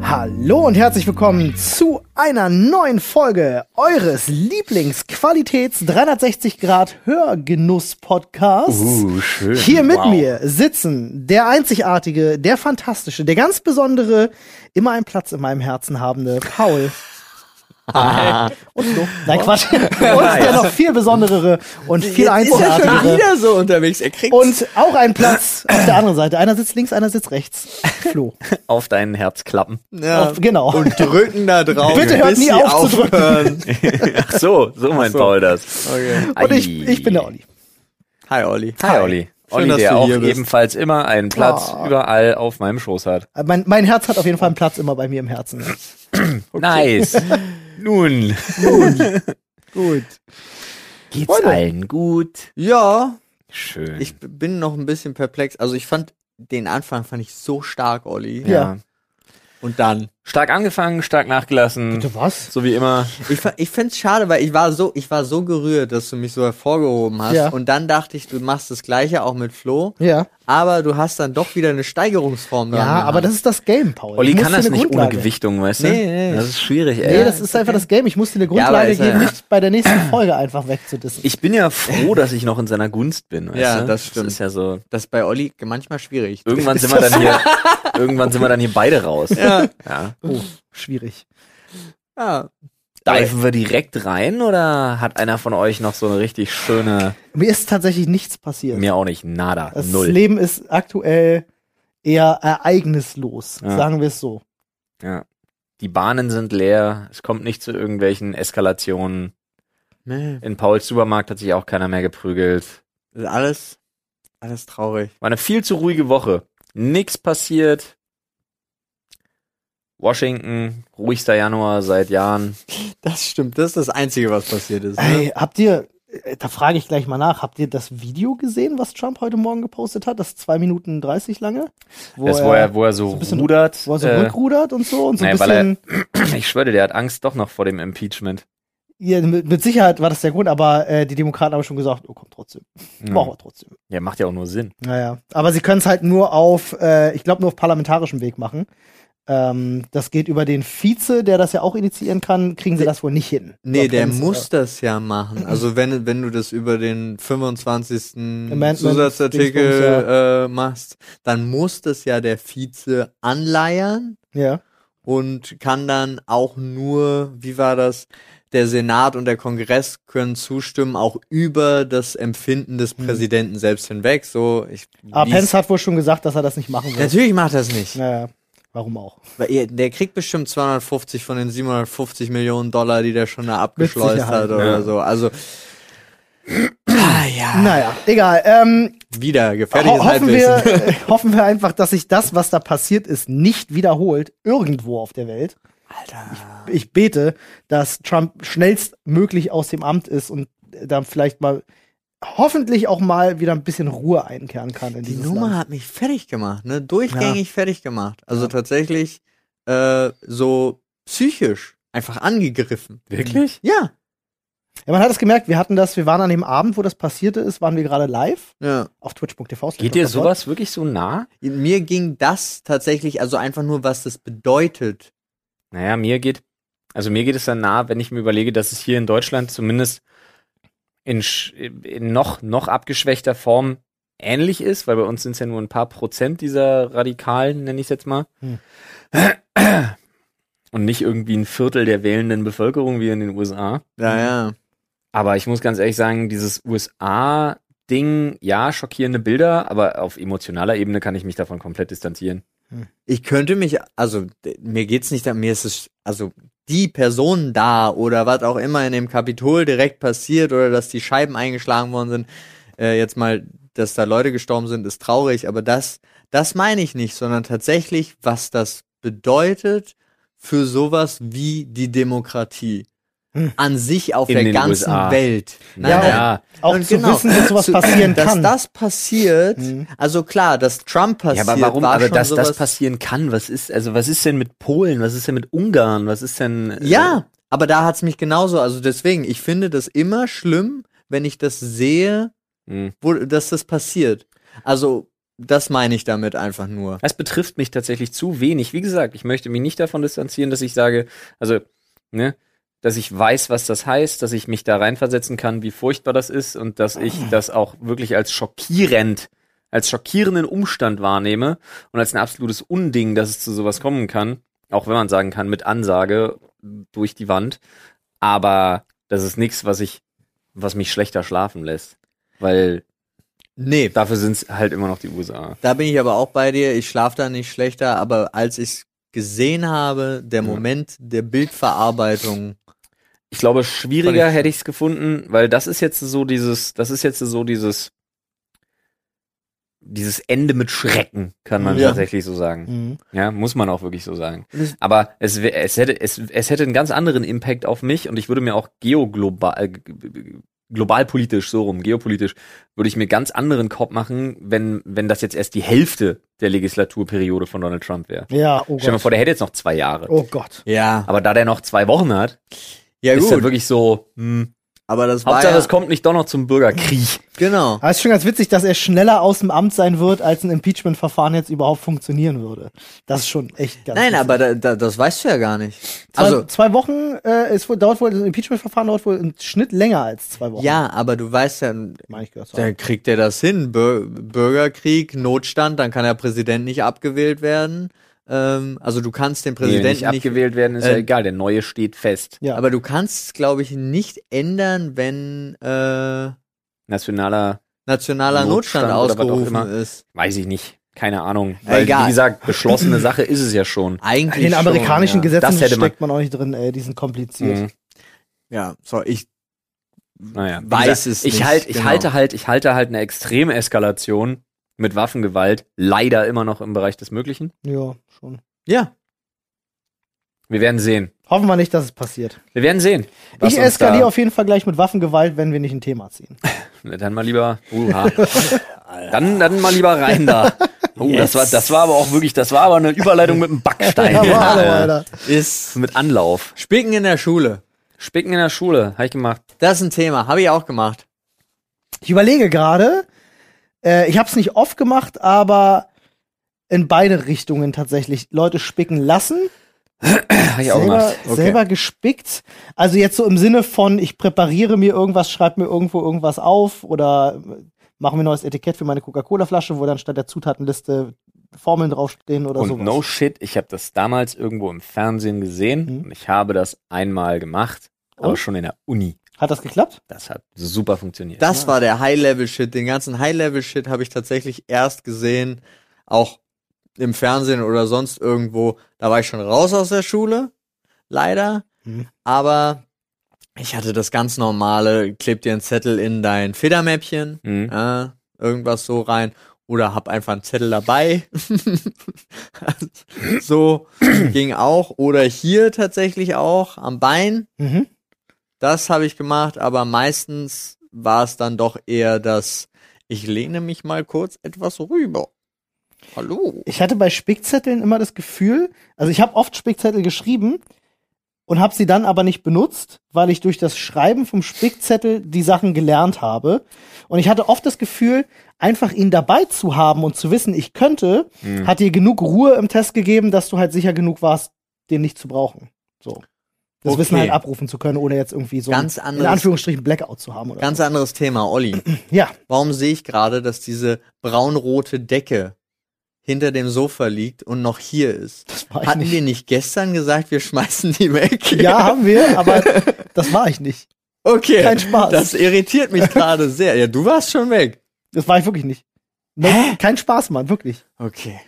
Hallo und herzlich willkommen zu einer neuen Folge eures Lieblingsqualitäts 360 Grad Hörgenuss Podcasts. Uh, schön. Hier mit Wow. mir sitzen der einzigartige, der fantastische, der ganz besondere, immer einen Platz in meinem Herzen habende Paul. Und Flo. Nein, Quatsch. Und der noch viel besonderere und viel Oh. Jetzt ist er schon einzigartigere. wieder so unterwegs. Er kriegt Und auch einen Platz auf der anderen Seite. Einer sitzt links, einer sitzt rechts. Flo. Auf deinen Herzklappen. ja. Auf, genau. und drücken da drauf. Bitte hört bis nie sie auf zu drücken. aufhören. Ach so, so meint so. Paul das. Okay. Und ich, ich bin der Olli. Hi Olli. Hi, Olli. Schön, Olli, dass der du auch hier bist. ebenfalls immer einen Platz überall auf meinem Schoß hat. Äh, Mein, mein Herz hat auf jeden Fall einen Platz immer bei mir im Herzen. Nice. Nun. Gut. Geht's Freunde. allen gut? Ja, Schön. ich bin noch ein bisschen perplex. Also ich fand den Anfang fand ich so stark, Olli. Ja. Und dann. Stark angefangen, stark nachgelassen. was? So wie immer. Ich, fa- ich find's schade, weil ich war so, ich war so gerührt, dass du mich so hervorgehoben hast. Ja. Und dann dachte ich, du machst das Gleiche auch mit Flo. Ja. Aber du hast dann doch wieder eine Steigerungsform dran. Ja, aber das ist das Game, Paul. Olli Ich muss kann dir das eine nicht Grundlage. ohne äh, Gewichtung, weißt du? Nee, nee. Das ist schwierig, ey. Nee, das ist einfach das Game. Ich muss dir eine aber Grundlage ist ja- geben, nicht bei der nächsten Folge einfach wegzudissen. ich bin ja froh, dass ich noch in seiner Gunst bin. Weißt Ja, du? das stimmt. Das ist ja so. Das ist bei Olli manchmal schwierig. Irgendwann sind wir dann hier. irgendwann sind wir dann hier beide raus. Ja. ja. Oh, schwierig. Ja. Diven wir direkt rein oder hat einer von euch noch so eine richtig schöne? Mir ist tatsächlich nichts passiert. Mir auch nicht, nada, das null. Leben ist aktuell eher ereignislos, Ja. sagen wir es so. Ja. Die Bahnen sind leer, es kommt nicht zu irgendwelchen Eskalationen. Nee. In Pauls Supermarkt hat sich auch keiner mehr geprügelt. Das ist alles, alles traurig. War eine viel zu ruhige Woche. Nix passiert. Washington, ruhigster Januar seit Jahren. Das stimmt, das ist das Einzige, was passiert ist. Ne? Ey, habt ihr, äh, da frage ich gleich mal nach, habt ihr das Video gesehen, was Trump heute Morgen gepostet hat? Das ist 2 Minuten 30 lange? Wo das, wo er, wo er so, so ein bisschen- rudert. wo er so äh, rückrudert und so und so ein nee, weil er- bisschen. ich schwöre, der hat Angst doch noch vor dem Impeachment. Ja, mit, mit Sicherheit war das der Grund, aber äh, die Demokraten haben schon gesagt, oh komm trotzdem. Machen Ja. wir trotzdem. ja, macht ja auch nur Sinn. Naja. Aber sie können es halt nur auf, äh, ich glaube, nur auf parlamentarischem Weg machen. Ähm, das geht über den Vize, der das ja auch initiieren kann, kriegen sie das wohl nicht hin. Nee, Dort der drin's, muss das ja machen. Also wenn, wenn du das über den 25. Amendment, Zusatzartikel Dingsbums, äh, machst, dann muss das ja der Vize anleiern Äh, ja. und kann dann auch nur, wie war das, der Senat und der Kongress können zustimmen, auch über das Empfinden des Präsidenten selbst hinweg. So, ich Aber lies- Hm. Ah, Pence hat wohl schon gesagt, dass er das nicht machen will. Natürlich macht das nicht. Naja. Warum auch? Weil ihr- Der kriegt bestimmt 250 von den 750 Millionen Dollar, die der schon da Mit abgeschleust Sicherheit, hat oder ja. so. Also. Ah ja. Naja, egal. Ähm, Wieder gefährliches ho hoffen, wir, Halbwissen. äh, hoffen wir einfach, dass sich das, was da passiert ist, nicht wiederholt, irgendwo auf der Welt. Alter. ich bete, dass Trump schnellstmöglich aus dem Amt ist und dann vielleicht mal hoffentlich auch mal wieder ein bisschen Ruhe einkehren kann in Die dieses Nummer Land. hat mich fertig gemacht, ne? Durchgängig fertig gemacht. Also tatsächlich äh, so psychisch einfach angegriffen. Wirklich? Ja. Ja, man hat es gemerkt, wir hatten das, wir waren an dem Abend, wo das passierte ist, waren wir gerade live ja. auf twitch.tv. Geht dir sowas wirklich so nah? Mir ging das tatsächlich, also einfach nur, was das bedeutet. Naja, mir geht, also mir geht es dann nah, wenn ich mir überlege, dass es hier in Deutschland zumindest in, sch- in noch, noch abgeschwächter Form ähnlich ist, weil bei uns sind es ja nur ein paar Prozent dieser Radikalen, nenne ich es jetzt mal. Hm. Und nicht irgendwie ein Viertel der wählenden Bevölkerung wie in den USA. Ja, ja. Aber ich muss ganz ehrlich sagen, dieses USA-Ding, ja, schockierende Bilder, aber auf emotionaler Ebene kann ich mich davon komplett distanzieren. ich könnte mich, also d- mir geht's nicht, da- mir ist es, also die Personen da oder was auch immer in dem Kapitol direkt passiert oder dass die Scheiben eingeschlagen worden sind, äh, jetzt mal, dass da Leute gestorben sind, ist traurig, aber das, das meine ich nicht, sondern tatsächlich, was das bedeutet für sowas wie die Demokratie Hm. an sich auf In der den ganzen USA. Welt. Ja, Auch Und zu genau, wissen, dass sowas zu- passieren dass kann. das passiert, Mhm. also klar, dass Trump passiert, Ja, aber warum? war Aber schon dass sowas, das passieren kann, was ist, also was ist denn mit Polen, was ist denn mit Ungarn, was ist denn. äh, Ja, aber da hat's mich genauso. Also deswegen, ich finde das immer schlimm, wenn ich das sehe, Hm. wo, dass das passiert. Also das meine ich damit einfach nur. Das betrifft mich tatsächlich zu wenig. Wie gesagt, ich möchte mich nicht davon distanzieren, dass ich sage, also, ne, dass ich weiß, was das heißt, dass ich mich da reinversetzen kann, wie furchtbar das ist und dass ich das auch wirklich als schockierend, als schockierenden Umstand wahrnehme und als ein absolutes Unding, dass es zu sowas kommen kann. Auch wenn man sagen kann, mit Ansage durch die Wand. Aber das ist nichts, was ich, was mich schlechter schlafen lässt. Weil Nee, dafür sind es halt immer noch die USA. Da bin ich aber auch bei dir. Ich schlafe da nicht schlechter, aber als ich gesehen habe, der Moment der Bildverarbeitung, Ich glaube, schwieriger Fand ich- hätte ich es gefunden, weil das ist jetzt so dieses, das ist jetzt so dieses, dieses Ende mit Schrecken, kann man Ja. tatsächlich so sagen. Mhm. Ja, muss man auch wirklich so sagen. Und es- Aber es, wär- es, hätte, es, es hätte einen ganz anderen Impact auf mich und ich würde mir auch geoglobal, äh, globalpolitisch, so rum, geopolitisch, würde ich mir ganz anderen Kopf machen, wenn, wenn das jetzt erst die Hälfte der Legislaturperiode von Donald Trump wäre. Ja, oh Stell dir mal Gott. vor, der hätte jetzt noch zwei Jahre. oh Gott. ja, Aber da der noch zwei Wochen hat, ja ist gut, dann wirklich so, hm, aber das war Hauptsache ja, es kommt nicht doch noch zum Bürgerkrieg. genau. Aber es ist schon ganz witzig, dass er schneller aus dem Amt sein wird, als ein Impeachment-Verfahren jetzt überhaupt funktionieren würde. Das ist schon echt ganz Nein, witzig. aber da, da, das weißt du ja gar nicht. Zwei, Also, zwei Wochen, äh, es wohl- dauert wohl, das Impeachment-Verfahren dauert wohl im Schnitt länger als zwei Wochen. ja, aber du weißt ja, Meine ich gehört zu haben. dann kriegt er das hin. Bür Bürgerkrieg, Notstand, dann kann der Präsident nicht abgewählt werden. Ähm, also du kannst den Nee, wenn Präsidenten nicht nicht, abgewählt werden, ist äh, ja egal, der neue steht fest. Ja. aber du kannst, glaube ich, nicht ändern, wenn äh, Nationaler, nationaler Notstand, Notstand oder was auch ausgerufen immer. ist. weiß ich nicht, keine Ahnung. Weil, Egal. wie gesagt, beschlossene Sache ist es ja schon. Eigentlich In den amerikanischen schon, Gesetzen Das hätte man- steckt man auch nicht drin, ey, die sind kompliziert. Mhm. ja. ja, so ich Naja. Wie Weiß gesagt, es ich nicht, Halt, ich genau. halte halt, ich halte halt eine extreme Eskalation mit Waffengewalt leider immer noch im Bereich des Möglichen. Ja, schon. ja, Wir werden sehen. Hoffen wir nicht, dass es passiert. Wir werden sehen. was ich uns eskaliere da- auf jeden Fall gleich mit Waffengewalt, wenn wir nicht ein Thema ziehen. Na, Dann mal lieber. Uha. dann, dann mal lieber rein da. Oh, das war, das war aber auch wirklich, das war aber eine Überleitung mit einem Backstein. Aber hallo, Äh, Alter. ist mit Anlauf. Spicken in der Schule. Spicken in der Schule, habe ich gemacht. Das ist ein Thema, habe ich auch gemacht. Ich überlege gerade, äh, ich habe es nicht oft gemacht, aber in beide Richtungen tatsächlich Leute spicken lassen, Habe ich auch selber, gemacht. Okay. selber gespickt. Also jetzt so im Sinne von, ich präpariere mir irgendwas, schreibe mir irgendwo irgendwas auf oder mache mir ein neues Etikett für meine Coca-Cola-Flasche, wo dann statt der Zutatenliste Formeln draufstehen oder Und sowas. no shit, ich habe das damals irgendwo im Fernsehen gesehen Mhm. Oh. und ich habe das einmal gemacht, aber Und? schon in der Uni. Hat das geklappt? Das hat super funktioniert. Das war der High-Level-Shit. Den ganzen High-Level-Shit habe ich tatsächlich erst gesehen, auch im Fernsehen oder sonst irgendwo. Da war ich schon raus aus der Schule, leider. Mhm. Aber ich hatte das ganz normale, kleb dir einen Zettel in dein Federmäppchen. Mhm. äh, irgendwas so rein oder hab einfach einen Zettel dabei. so ging auch oder hier tatsächlich auch am Bein. Mhm. Das habe ich gemacht, aber meistens war es dann doch eher das ich lehne mich mal kurz etwas rüber. Hallo. Ich hatte bei Spickzetteln immer das Gefühl, also ich habe oft Spickzettel geschrieben und habe sie dann aber nicht benutzt, weil ich durch das Schreiben vom Spickzettel die Sachen gelernt habe. Und ich hatte oft das Gefühl, einfach ihn dabei zu haben und zu wissen, ich könnte, Hm. Mhm. hat dir genug Ruhe im Test gegeben, dass du halt sicher genug warst, den nicht zu brauchen. So. Das Okay. Wissen halt abrufen zu können, ohne jetzt irgendwie so Ganz ein, in anderes- Anführungsstrichen Blackout zu haben. Oder Ganz anderes Thema, Olli. so. Ja, Warum sehe ich gerade, dass diese braunrote Decke hinter dem Sofa liegt und noch hier ist? das war ich Hatten nicht. wir nicht gestern gesagt, wir schmeißen die weg? Ja, haben wir, aber das war ich nicht. Okay. Kein Spaß. Das irritiert mich gerade sehr. Ja, du warst schon weg. Das war ich wirklich nicht. Nee, Kein Spaß, Mann, wirklich. Okay.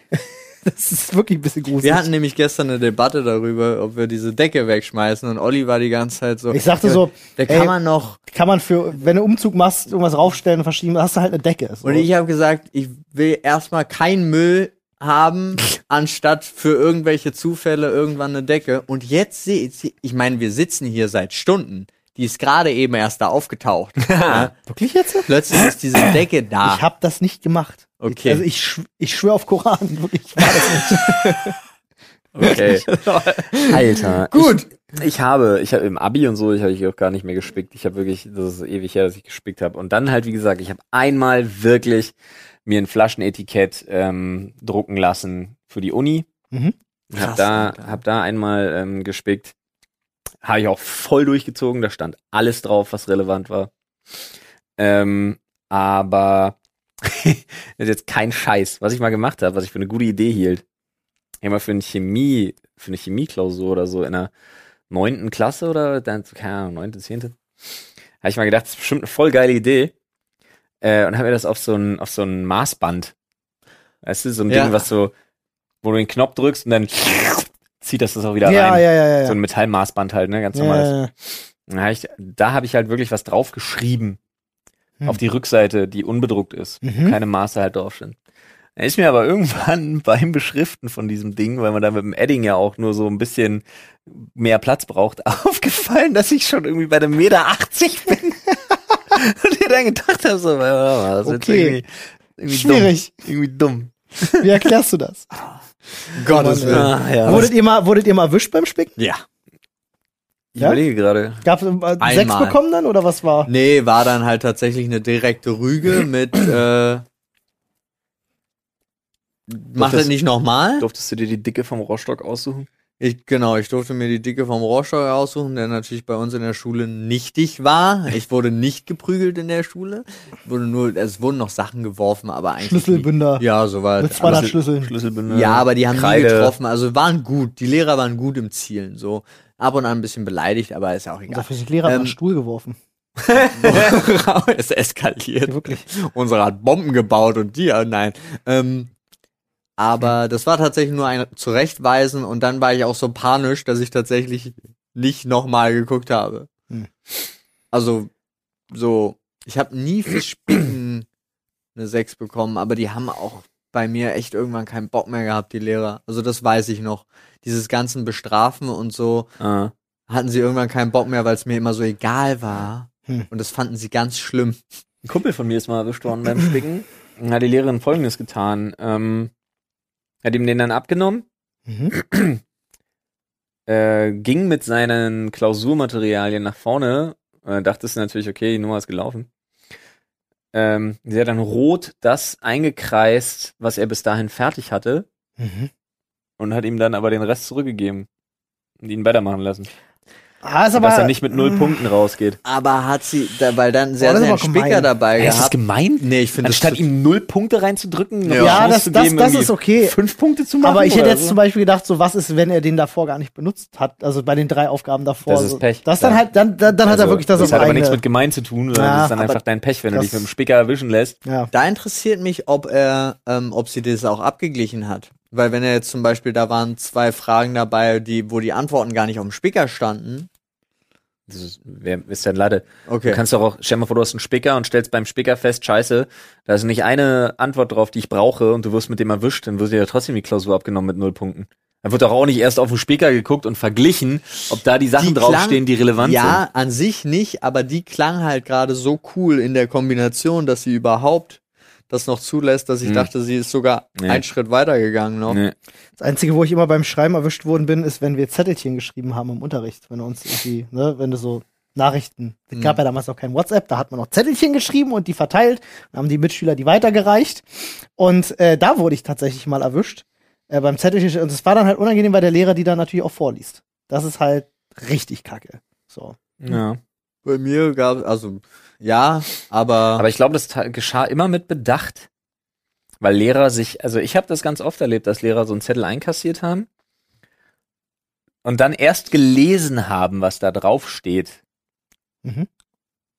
Das ist wirklich ein bisschen gruselig. Wir hatten nämlich gestern eine Debatte darüber, ob wir diese Decke wegschmeißen und Olli war die ganze Zeit so. ich sagte ja, so, Da ey- kann man noch. kann man für, wenn du Umzug machst, irgendwas raufstellen und verschieben, hast du halt eine Decke. So. Und ich habe gesagt, ich will erstmal keinen Müll haben, anstatt für irgendwelche Zufälle irgendwann eine Decke. Und jetzt sehe ich, ich meine, wir sitzen hier seit Stunden. Die ist gerade eben erst da aufgetaucht. ja. Wirklich jetzt? Ich Plötzlich ist diese Decke da. habe das nicht gemacht. Okay. Also ich, schw- ich schwöre auf Koran, wirklich. Ich war das nicht. Mhm. Okay. Alter. Gut. Ich, ich habe, ich habe im Abi und so, ich habe ich auch gar nicht mehr gespickt. Ich habe wirklich, das ist ewig her, dass ich gespickt habe. Und dann halt, wie gesagt, ich habe einmal wirklich mir ein Flaschenetikett ähm, drucken lassen für die Uni. Mhm. Und Hab Krass, da, Alter. hab da einmal ähm, gespickt. Habe ich auch voll durchgezogen. Da stand alles drauf, was relevant war. Ähm, aber das ist jetzt kein Scheiß, was ich mal gemacht habe, was ich für eine gute Idee hielt. Ich hab mal für eine Chemie, für eine Chemieklausur oder so in der neunten Klasse oder dann, keine Ahnung, neunte, zehnte, habe ich mal gedacht, das ist bestimmt eine voll geile Idee. Äh, und habe mir das auf so ein, auf so ein Maßband. Weißt du, so ein Ja. Ding, was so, wo du den Knopf drückst und dann zieht das das auch wieder ja, rein. ja, ja, ja. So ein Metallmaßband halt, ne, ganz ja, normales. ja, ja. Dann hab ich, da habe ich halt wirklich was draufgeschrieben. Hm. Auf die Rückseite, die unbedruckt ist. Mhm. Keine Maße halt drauf sind. Dann ist mir aber irgendwann beim Beschriften von diesem Ding, weil man da mit dem Edding ja auch nur so ein bisschen mehr Platz braucht, aufgefallen, dass ich schon irgendwie bei einem Meter 80 bin. Und ich dann gedacht habe, so, warte mal, das ist Okay. jetzt irgendwie, irgendwie Schwierig. Dumm. Irgendwie dumm. Wie erklärst du das? Gottes Mann, Willen. Ah, ja. Wurdet ihr, mal, wurdet ihr mal erwischt beim Spicken? Ja. ich Ja? überlege gerade. Gab es äh, sechs Einmal. bekommen dann oder was war? Nee, war dann halt tatsächlich eine direkte Rüge mit, äh, mach das das- nicht nochmal? Durftest du dir die Dicke vom Rohrstock aussuchen? Ich, genau, ich durfte mir die Dicke vom Rohrstock aussuchen, der natürlich bei uns in der Schule nichtig war. Ich wurde nicht geprügelt in der Schule. Wurde nur, es wurden noch Sachen geworfen, aber eigentlich. Schlüsselbünder nie- Ja, soweit. mit 200 Schlüssel- Schlüsseln. Schlüsselbündel. Ja, aber die haben nie Kreide. getroffen. Also waren gut. Die Lehrer waren gut im Zielen. So ab und an ein bisschen beleidigt, aber ist ja auch Unser egal. Physiklehrer hat Ähm, einen Stuhl geworfen. es eskaliert. Wirklich. Unsere hat Bomben gebaut und die, ah, nein. Ähm, aber das war tatsächlich nur ein Zurechtweisen und dann war ich auch so panisch, dass ich tatsächlich nicht nochmal geguckt habe. Hm. Also, so, ich habe nie fürs Spicken eine 6 bekommen, aber die haben auch bei mir echt irgendwann keinen Bock mehr gehabt, die Lehrer. Also das weiß ich noch. Dieses ganzen Bestrafen und so Ah. hatten sie irgendwann keinen Bock mehr, weil es mir immer so egal war. Hm. Und das fanden sie ganz schlimm. Ein Kumpel von mir ist mal erwischt worden beim Spicken. Dann hat die Lehrerin folgendes getan. Ähm, hat ihm den dann abgenommen, Mhm. äh, ging mit seinen Klausurmaterialien nach vorne. Äh, dachtest du natürlich, okay, die Nummer ist gelaufen. Ähm, sie hat dann rot das eingekreist, was er bis dahin fertig hatte Mhm. und hat ihm dann aber den Rest zurückgegeben und ihn weitermachen lassen. Ah, ist aber, dass er nicht mit null Mm. Punkten rausgeht. Aber hat sie, da, weil dann sehr, das ist sehr einen aber gemein. Spicker dabei gehabt. gemein? Nee, ich finde das. Anstatt ihm null Punkte reinzudrücken, noch Ja. eine Ja, Chance das, zu das, geben, das irgendwie ist okay. fünf Punkte zu machen. Aber ich hätte oder jetzt so. zum Beispiel gedacht, so was ist, wenn er den davor gar nicht benutzt hat, also bei den drei Aufgaben davor. Das ist so. Pech. Das dann Ja. halt, dann, dann, dann hat er Also, wirklich das, Das auf hat aber eigene- nichts mit gemein zu tun, sondern Ja, das ist dann aber einfach dein Pech, wenn du das- dich mit dem Spicker erwischen lässt. Ja. da interessiert mich, ob er, ähm, ob sie das auch abgeglichen hat. Weil wenn er jetzt zum Beispiel, da waren zwei Fragen dabei, die, wo die Antworten gar nicht auf dem Spicker standen. Das ist, wer ist denn Latte? Du Okay. kannst doch auch, stell mal vor, du hast einen Spicker und stellst beim Spicker fest, scheiße, da ist nicht eine Antwort drauf, die ich brauche und du wirst mit dem erwischt, dann wird dir ja trotzdem die Klausur abgenommen mit null Punkten. Da wird doch auch nicht erst auf den Spicker geguckt und verglichen, ob da die Sachen Die klang- draufstehen, die relevant sind. Ja, an sich nicht, aber die klang halt gerade so cool in der Kombination, dass sie überhaupt das noch zulässt, dass ich Hm. dachte, sie ist sogar Nee. einen Schritt weitergegangen noch. Nee. Das Einzige, wo ich immer beim Schreiben erwischt worden bin, ist, wenn wir Zettelchen geschrieben haben im Unterricht. Wenn uns irgendwie, ne, wenn du so Nachrichten, es gab Mhm. ja damals noch kein WhatsApp, da hat man noch Zettelchen geschrieben und die verteilt, dann haben die Mitschüler die weitergereicht. Und äh, da wurde ich tatsächlich mal erwischt äh, beim Zettelchen. Und es war dann halt unangenehm, weil der Lehrer die dann natürlich auch vorliest. Das ist halt richtig kacke. So. Ja. Bei mir gab also ja, aber, Aber ich glaube, das ta- geschah immer mit Bedacht, weil Lehrer sich, also ich habe das ganz oft erlebt, dass Lehrer so einen Zettel einkassiert haben und dann erst gelesen haben, was da drauf steht, Mhm. Ähm.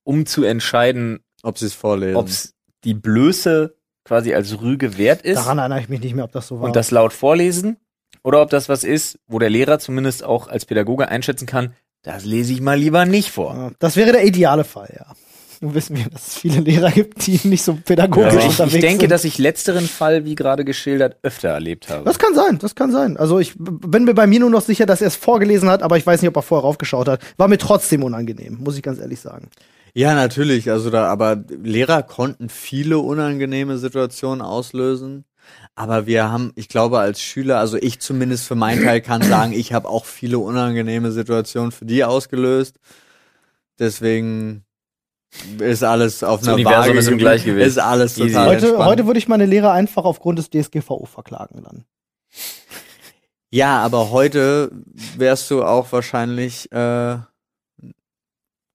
um zu entscheiden, ob sie es vorlesen. ob es die Blöße quasi als Rüge wert ist Daran erinnere ich mich nicht mehr, ob das so war. und das laut vorlesen oder ob das was ist, wo der Lehrer zumindest auch als Pädagoge einschätzen kann, das lese ich mal lieber nicht vor. Ja, Das wäre der ideale Fall, ja. Nun wissen wir, dass es viele Lehrer gibt, die nicht so pädagogisch Also ich, unterwegs ich denke, sind. dass ich letzteren Fall, wie gerade geschildert, öfter erlebt habe. das kann sein, das kann sein. Also ich b- bin mir bei mir nur noch sicher, dass er es vorgelesen hat, aber ich weiß nicht, ob er vorher raufgeschaut hat. War mir trotzdem unangenehm, muss ich ganz ehrlich sagen. Ja, natürlich. Also da, aber Lehrer konnten viele unangenehme Situationen auslösen. Aber wir haben, ich glaube, als Schüler, also ich zumindest für meinen Teil kann sagen, ich habe auch viele unangenehme Situationen für die ausgelöst. Deswegen ist alles auf Das einer Universum Waage ist im geblieben. Gleichgewicht. Ist alles Easy. total Heute, entspannt. heute würde ich meine Lehrer einfach aufgrund des DSGVO verklagen dann. Ja, aber heute wärst du auch wahrscheinlich äh,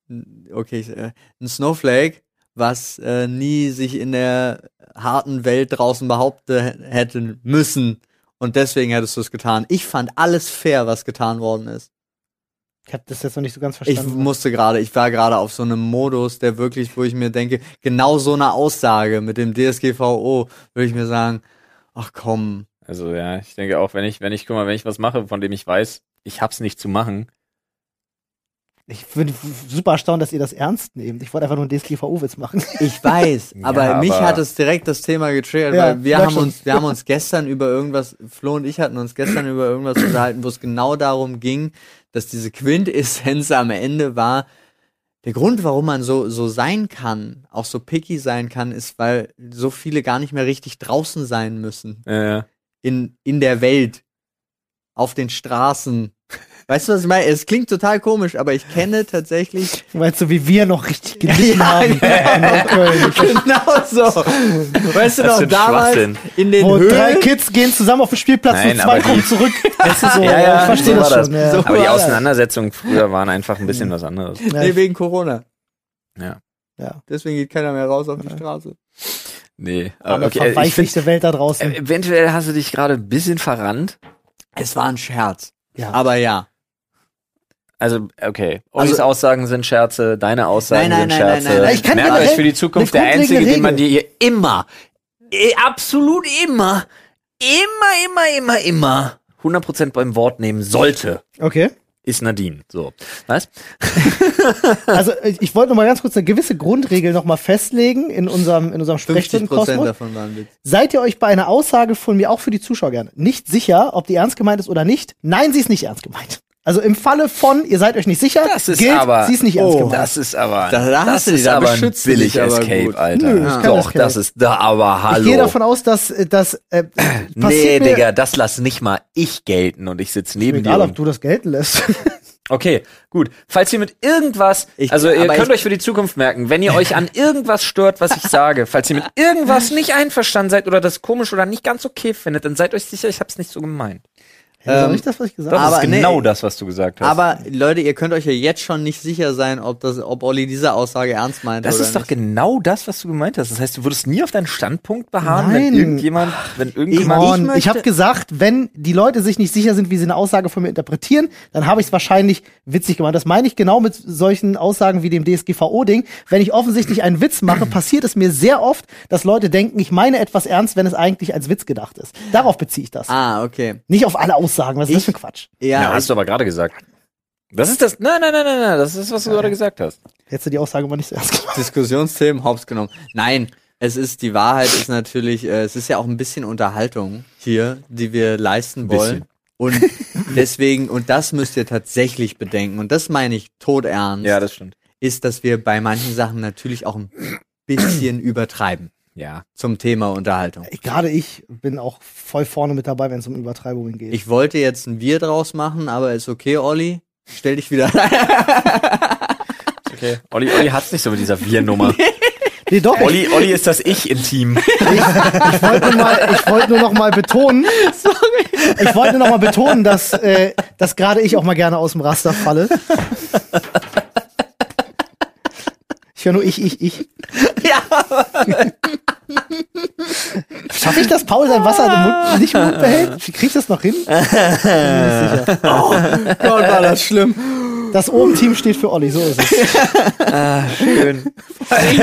n- okay, ich, äh, ein Snowflake, was äh, nie sich in der harten Welt draußen behaupten hätte müssen. Und deswegen hättest du es getan. Ich fand alles fair, was getan worden ist. Ich habe das jetzt noch nicht so ganz Ich verstanden. musste gerade, ich war gerade auf so einem Modus, der wirklich, wo ich mir denke, genau so eine Aussage mit dem DSGVO, würde ich mir sagen, ach komm, Also ja, ich denke auch, wenn ich, wenn ich, guck mal, wenn ich was mache, von dem ich weiß, ich hab's nicht zu machen. Ich, bin super erstaunt, dass ihr das ernst nehmt. Ich wollte einfach nur einen DSGVO-Witz machen. Ich weiß, Ja, aber mich aber- hat es direkt das Thema getriggert, Ja, weil wir merk haben schon. uns, wir haben uns gestern über irgendwas, Flo und ich hatten uns gestern über irgendwas unterhalten, wo es genau darum ging, dass diese Quintessenz am Ende war, der Grund, warum man so, so sein kann, auch so picky sein kann, ist, weil so viele gar nicht mehr richtig draußen sein müssen. Äh, In, in der Welt. Auf den Straßen. Weißt du, was ich meine? Es klingt total komisch, aber ich kenne tatsächlich Weißt du, wie wir noch richtig gelitten Ja, haben in Köln. Genau so. Weißt du Was für noch, ein damals Schwachsinn. in den Wo drei Höhlen. Kids gehen zusammen auf den Spielplatz Nein, und zwei aber die- kommen zurück. Das ist so, Ja, ja, ich verstehe so das war schon. Ja. So aber die war das. Auseinandersetzungen früher waren einfach ein bisschen was anderes. Ja, Nee, ich, wegen Corona. ja. Deswegen geht keiner mehr raus auf die Straße. Nee, aber Aber okay, äh, ich find, verweichlichte Welt da äh, draußen. eventuell hast du dich gerade ein bisschen verrannt. Es war ein Scherz. Ja. Aber ja. Also, okay. Olis Also- Aussagen sind Scherze, deine Aussagen Nein, sind nein, nein, nein, Scherze. nein, nein. Ich kann Merkt euch generell für die Zukunft der eine grundlegende Einzige, den man Regel. dir hier immer, eh, absolut immer, immer, immer, immer, immer 100% beim Wort nehmen sollte, Okay. ist Nadine. So. Was? Also ich ich wollte noch mal ganz kurz eine gewisse Grundregel noch mal festlegen in unserem in unserem 50 Sprechstundenkosmos. Prozent davon waren Witz. Seid ihr euch bei einer Aussage von mir auch für die Zuschauer gerne nicht sicher, ob die ernst gemeint ist oder nicht? Nein, sie ist nicht ernst gemeint. Also im Falle von ihr seid euch nicht sicher, Das ist gilt, aber. sie ist nicht ernst oh, gemeint. Das ist aber. Da- da hast das du dich, ist da aber ein beschützt du dich billig aber Escape, gut. Alter. Nö, ich kann Doch, Escape. das ist da aber hallo. Ich gehe davon aus, dass äh, das äh, passiert Nee, mir, Digga, das lass nicht mal ich gelten und ich sitz neben Egal, dir. ob Und du das gelten lässt. okay, gut. Falls ihr mit irgendwas, Ich- also ihr aber könnt ich- euch für die Zukunft merken, wenn ihr euch an irgendwas stört, was ich sage, falls ihr mit irgendwas nicht einverstanden seid oder das komisch oder nicht ganz okay findet, dann seid euch sicher, ich hab's nicht so gemeint. Das ist Ähm, doch nicht das, was ich gesagt Das habe. aber- ist genau nee. das, was du gesagt hast. Aber Leute, ihr könnt euch ja jetzt schon nicht sicher sein, ob das, ob Olli diese Aussage ernst meint das oder ist doch nicht. genau das, was du gemeint hast. Das heißt, du würdest nie auf deinen Standpunkt beharren, wenn Nein. irgendjemand, wenn irgendjemand. Come on. möchte- ich habe gesagt, wenn die Leute sich nicht sicher sind, wie sie eine Aussage von mir interpretieren, dann habe ich es wahrscheinlich witzig gemacht. Das meine ich genau mit solchen Aussagen wie dem DSGVO-Ding. Wenn ich offensichtlich einen Witz mache, passiert es mir sehr oft, dass Leute denken, ich meine etwas ernst, wenn es eigentlich als Witz gedacht ist. Darauf beziehe ich das. Ah, okay. Nicht auf alle Aussagen, was ist das Ich- für ein Quatsch? Ja, also ja, also hast du aber gerade gesagt. Das ist das. Nein, nein, nein, nein, nein. Das ist, was du gerade gesagt hast. Hättest du die Aussage mal nicht so ernst gemacht. Diskussionsthemen hops genommen. Nein, es ist, die Wahrheit ist natürlich, äh, es ist ja auch ein bisschen Unterhaltung hier, die wir leisten wollen. Bisschen. Und deswegen, und das müsst ihr tatsächlich bedenken, und das meine ich todernst, Ja, das stimmt. ist, dass wir bei manchen Sachen natürlich auch ein bisschen übertreiben Ja. zum Thema Unterhaltung. Ich- Gerade ich bin auch voll vorne mit dabei, wenn es um Übertreibungen geht. Ich wollte jetzt ein Wir draus machen, aber ist okay, Olli. Stell dich wieder Okay. Olli, Olli hat's nicht so mit dieser Wir-Nummer. nee, doch, ich, Olli, Olli ist das Ich im Team. ich wollte nur, mal- ich wollte nur noch mal betonen, Ich wollte nur noch mal betonen, dass, äh, dass gerade ich auch mal gerne aus dem Raster falle. Ich höre nur ich, ich, ich. Ja. Schaffe ich das, Paul sein Wasser im Mund, nicht im Mund behält? Wie krieg ich das noch hin? Bin mir nicht sicher. Gott, war das schlimm. Das Oben-Team steht für Olli, so ist es. Schön. Ich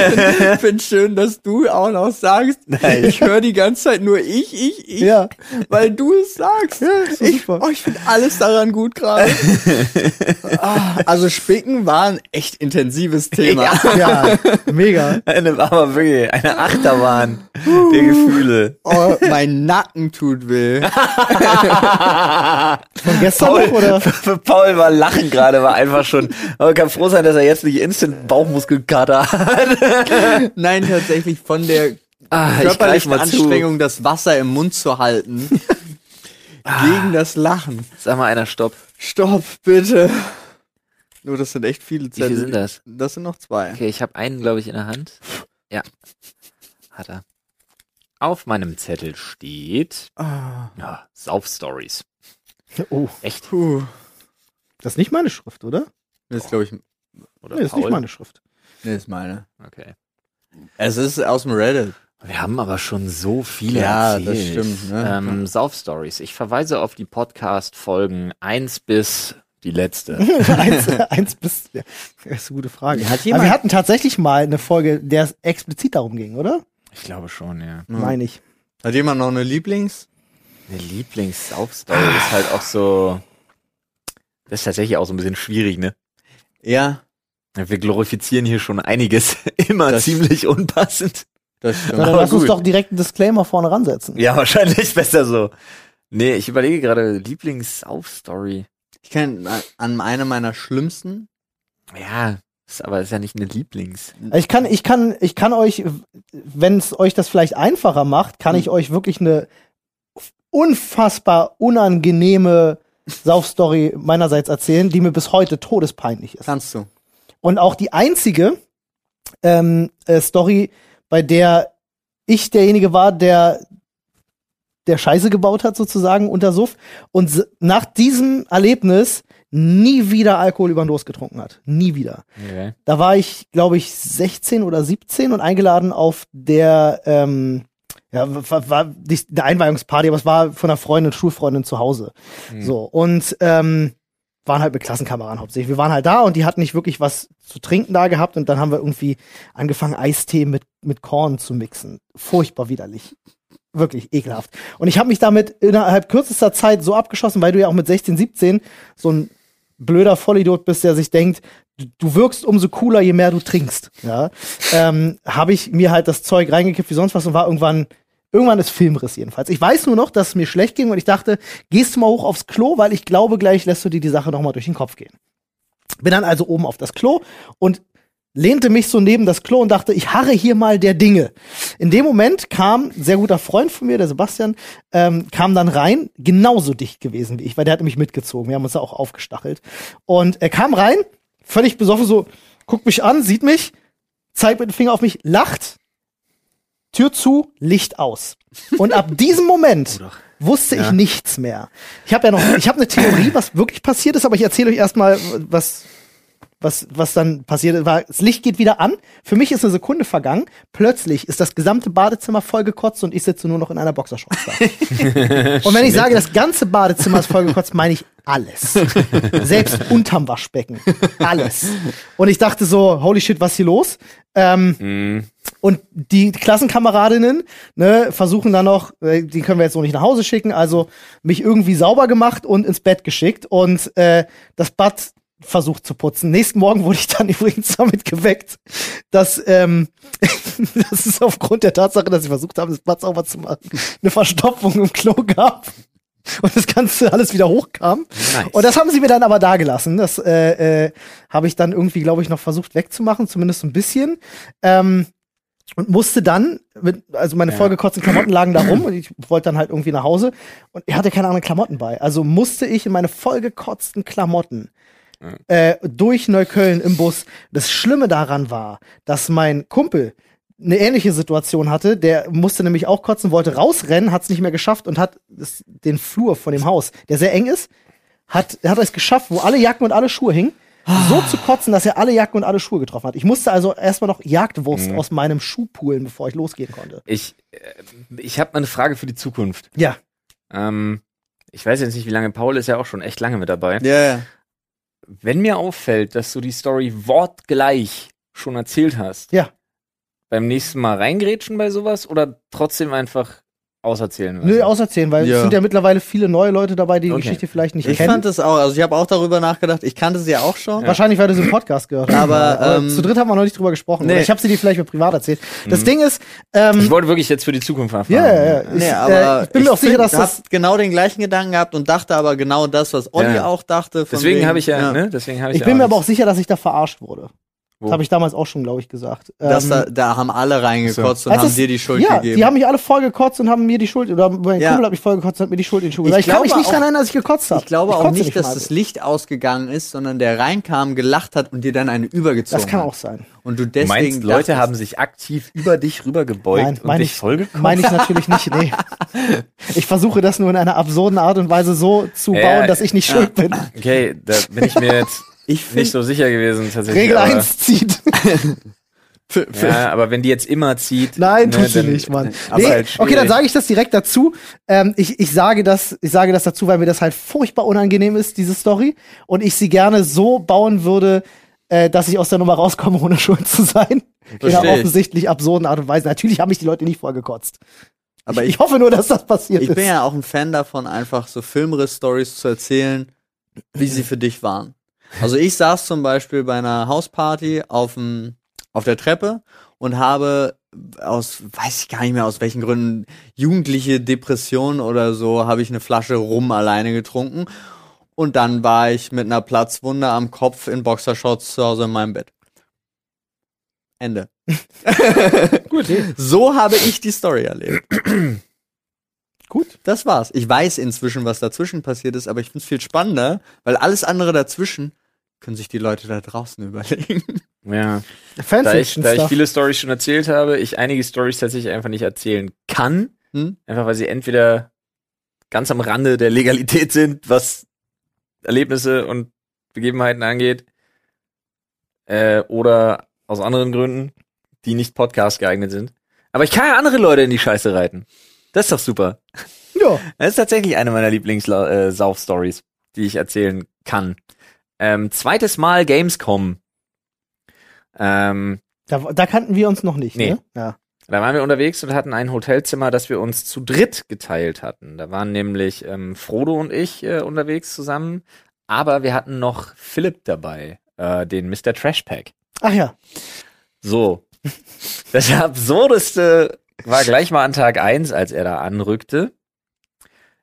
finde schön, dass du auch noch sagst, ich höre die ganze Zeit nur ich, ich, ich, Ja. weil du es sagst. ist doch ich super. oh, ich finde alles daran gut gerade. ah, also Spicken war ein echt intensives Thema. Ja, mega. Eine, aber wirklich, eine Achterbahn der Gefühle. Oh, mein Nacken tut weh. Von gestern noch, oder? Für, für Paul war Lachen gerade, war einfach schon. Aber kann froh sein, dass er jetzt nicht instant Bauchmuskelkater hat. Nein, tatsächlich von der Ah, ich greif körperlichen mal zu. Anstrengung, das Wasser im Mund zu halten. Ah. gegen das Lachen. Sag mal einer, stopp. Stopp, bitte. Nur, das sind echt viele Wie Zettel. viel sind das? Das sind noch zwei. Okay, ich habe einen, glaube ich, in der Hand. Ja. Hat er. Auf meinem Zettel steht Ah, ja, Sauf-Stories. Oh, Echt? puh. das ist nicht meine Schrift, oder? Das ist, glaube ich, nee, Oder Nee, das ist nicht meine Schrift. ist meine. Okay. Es ist aus dem Reddit. Wir haben aber schon so viele Ja, das erzählt. stimmt, ne? Ähm, Sauf-Stories. Ich verweise auf die Podcast-Folgen 1 bis die letzte. eins, eins bis. Ja, das ist eine gute Frage. Hat Aber jemand- wir hatten tatsächlich mal eine Folge, der es explizit darum ging, oder? Ich glaube schon, ja. Hm. Meine ich. Hat jemand noch eine Lieblings? Eine Lieblings-Sauf-Story ist halt auch so. Das ist tatsächlich auch so ein bisschen schwierig, ne? Ja, Wir glorifizieren hier schon einiges. Immer Das- ziemlich unpassend. das Na, stimmt. dann Aber lass uns gut. doch direkt einen Disclaimer vorne ransetzen. Ja, wahrscheinlich besser so. Nee, ich überlege gerade Lieblings-Sauf-Story. Ich kann an einer meiner schlimmsten. Ja, ist aber ist ja nicht eine Lieblings. Ich kann, ich kann, ich kann euch, wenn es euch das vielleicht einfacher macht, kann Hm. ich euch wirklich eine unfassbar unangenehme Saufstory meinerseits erzählen, die mir bis heute todespeinlich ist. Kannst du. Und auch die einzige ähm, äh, Story, bei der ich derjenige war, der der Scheiße gebaut hat sozusagen unter Suff und s- nach diesem Erlebnis nie wieder Alkohol über den Durst getrunken hat. Nie wieder. Okay. Da war ich, glaube ich, 16 oder 17 und eingeladen auf der, ähm, ja, war, war nicht eine Einweihungsparty, aber es war von einer Freundin, Schulfreundin zu Hause. So, und ähm, waren halt mit Klassenkameraden hauptsächlich. Wir waren halt da und die hatten nicht wirklich was zu trinken da gehabt und dann haben wir irgendwie angefangen, Eistee mit, mit Korn zu mixen. Furchtbar widerlich. Wirklich ekelhaft. Und ich habe mich damit innerhalb kürzester Zeit so abgeschossen, weil du ja auch mit 16, 17 so ein blöder Vollidiot bist, der sich denkt, du, du wirkst umso cooler, je mehr du trinkst. Ja? Ähm, habe ich mir halt das Zeug reingekippt wie sonst was und war irgendwann, irgendwann ist Filmriss jedenfalls. Ich weiß nur noch, dass es mir schlecht ging und ich dachte, gehst du mal hoch aufs Klo, weil ich glaube, gleich lässt du dir die Sache nochmal durch den Kopf gehen. Bin dann also oben auf das Klo und lehnte mich so neben das Klo und dachte, ich harre hier mal der Dinge. In dem Moment kam ein sehr guter Freund von mir, der Sebastian, ähm, kam dann rein, genauso dicht gewesen wie ich, weil der hat mich mitgezogen. Wir haben uns da auch aufgestachelt. Und er kam rein, völlig besoffen, so, guckt mich an, sieht mich, zeigt mit dem Finger auf mich, lacht, Tür zu, Licht aus. Und ab diesem Moment wusste ich nichts mehr. Ich habe ja noch, ich habe eine Theorie, was wirklich passiert ist, aber ich erzähle euch erstmal, was was, was dann passiert ist, war, das Licht geht wieder an. Für mich ist eine Sekunde vergangen. Plötzlich ist das gesamte Badezimmer vollgekotzt und ich sitze nur noch in einer Boxershorts da. und wenn ich sage, das ganze Badezimmer ist vollgekotzt, meine ich alles. Selbst unterm Waschbecken. Alles. Und ich dachte so, holy shit, was ist hier los? Ähm, und die Klassenkameradinnen ne, versuchen dann noch, äh, die können wir jetzt so nicht nach Hause schicken, also mich irgendwie sauber gemacht und ins Bett geschickt und äh, das Bad versucht zu putzen. Nächsten Morgen wurde ich dann übrigens damit geweckt, dass ähm, das ist aufgrund der Tatsache, dass sie versucht haben, das Bad sauber zu machen, eine Verstopfung im Klo gab und das Ganze alles wieder hochkam. Nice. Und das haben sie mir dann aber da gelassen. Das äh, äh, habe ich dann irgendwie, glaube ich, noch versucht wegzumachen, zumindest so ein bisschen. Ähm, und musste dann, mit, also meine vollgekotzten Klamotten lagen da rum und ich wollte dann halt irgendwie nach Hause und ich hatte keine anderen Klamotten bei. Also musste ich in meine vollgekotzten Klamotten äh, durch Neukölln im Bus. Das Schlimme daran war, dass mein Kumpel eine ähnliche Situation hatte, der musste nämlich auch kotzen, wollte rausrennen, hat es nicht mehr geschafft und hat es- den Flur von dem Haus, der sehr eng ist, hat, er hat es geschafft, wo alle Jacken und alle Schuhe hingen, Ah. so zu kotzen, dass er alle Jacken und alle Schuhe getroffen hat. Ich musste also erstmal noch Jagdwurst Mhm. aus meinem Schuh poolen, bevor ich losgehen konnte. Ich, äh, ich habe mal eine Frage für die Zukunft. Ja. Ähm, ich weiß jetzt nicht, wie lange Paul ist ja auch schon echt lange mit dabei. Ja, ja. Wenn mir auffällt, dass du die Story wortgleich schon erzählt hast, Ja. beim nächsten Mal reingrätschen bei sowas oder trotzdem einfach auserzählen Also, lassen? Nö, auserzählen, weil Also. Ja. es sind ja mittlerweile viele neue Leute dabei, die die Okay. Geschichte vielleicht nicht Ich kennen. fand es auch, also ich habe auch darüber nachgedacht. Ich kannte sie ja auch schon. Wahrscheinlich, weil du sie im Podcast gehört hast. äh, Aber, ähm, zu dritt haben wir noch nicht drüber gesprochen. nee. Mhm. Oder Ich habe sie dir vielleicht mal privat erzählt. Das Ding ist, ähm, Ich wollte wirklich jetzt für die Zukunft erfahren. ne? ja, ja, ja. Ich, Nee, aber äh, ich bin mir auch sicher, find, dass das. hab genau den gleichen Gedanken gehabt und dachte aber genau das, was Olli Ja. auch dachte. von Deswegen wegen- habe ich ja, ne? Deswegen habe ich, Ich bin mir aber auch nichts. sicher, dass ich da verarscht wurde. Das habe ich damals auch schon, glaube ich, gesagt. Das, Ähm, da, da haben alle reingekotzt und als haben es- dir die Schuld ja, gegeben. Die haben mich alle vollgekotzt und haben mir die Schuld, oder mein Ja. Kumpel hat mich vollgekotzt und hat mir die Schuld in die Schuhe Ich gesagt. Ich, kann mich glaube nicht auch- daran erinnern, dass ich gekotzt habe. ich glaube auch kotze nicht, dass mal. das Licht ausgegangen ist, sondern der reinkam, gelacht hat und dir dann eine übergezogen Das kann hat. auch sein. Und du Du deswegen meinst, Leute dachtest- haben sich aktiv über dich rübergebeugt Nein, und meine dich ich, vollgekotzt? meine ich natürlich nicht, nee. Ich versuche das nur in einer absurden Art und Weise so zu Ja, bauen, ja. dass ich nicht schuld bin. Okay, da bin ich mir jetzt Ich find- nicht so sicher gewesen tatsächlich. Regel aber, 1 zieht. Für, für, Ja, aber wenn die jetzt immer zieht. Nein, ne, tut sie dann- nicht, Mann. aber Nee, halt okay, schwierig. dann sage ich das direkt dazu. Ähm, ich, ich, sage das, ich sage das dazu, weil mir das halt furchtbar unangenehm ist, diese Story. Und ich sie gerne so bauen würde, äh, dass ich aus der Nummer rauskomme, ohne schuld zu sein. In Versteh einer ich. offensichtlich absurden Art und Weise. Natürlich haben mich die Leute nicht vorgekotzt. aber Ich ich, hoffe nur, dass das passiert ich ist. bin ja auch ein Fan davon, einfach so Filmriss-Stories zu erzählen, wie sie für dich waren. Also ich saß zum Beispiel bei einer Hausparty auf, dem, auf der Treppe und habe aus, weiß ich gar nicht mehr aus welchen Gründen, jugendliche Depression oder so, habe ich eine Flasche Rum alleine getrunken. Und dann war ich mit einer Platzwunde am Kopf in Boxershorts zu Hause in meinem Bett. Ende. Gut. So habe ich die Story erlebt. Gut. Das war's. Ich weiß inzwischen, was dazwischen passiert ist, aber ich find's viel spannender, weil alles andere dazwischen können sich die Leute da draußen überlegen. Ja. Da ich, da ich Fanfiction-Stuff. viele Stories schon erzählt habe, ich einige Stories tatsächlich einfach nicht erzählen kann. Hm? Einfach weil sie entweder ganz am Rande der Legalität sind, was Erlebnisse und Begebenheiten angeht, äh, oder aus anderen Gründen, die nicht Podcast geeignet sind. Aber ich kann ja andere Leute in die Scheiße reiten. Das ist doch super. Ja. Das ist tatsächlich eine meiner Lieblings-Sauf-Stories, die ich erzählen kann. Ähm, zweites Mal Gamescom. Ähm, Da, da kannten wir uns noch nicht, Nee. ne? Ja. Da waren wir unterwegs und hatten ein Hotelzimmer, das wir uns zu dritt geteilt hatten. Da waren nämlich ähm, Frodo und ich äh, unterwegs zusammen, aber wir hatten noch Philipp dabei, äh, den Mr. Trashpack. Ach ja. So. Das Absurdeste war gleich mal an Tag eins, als er da anrückte.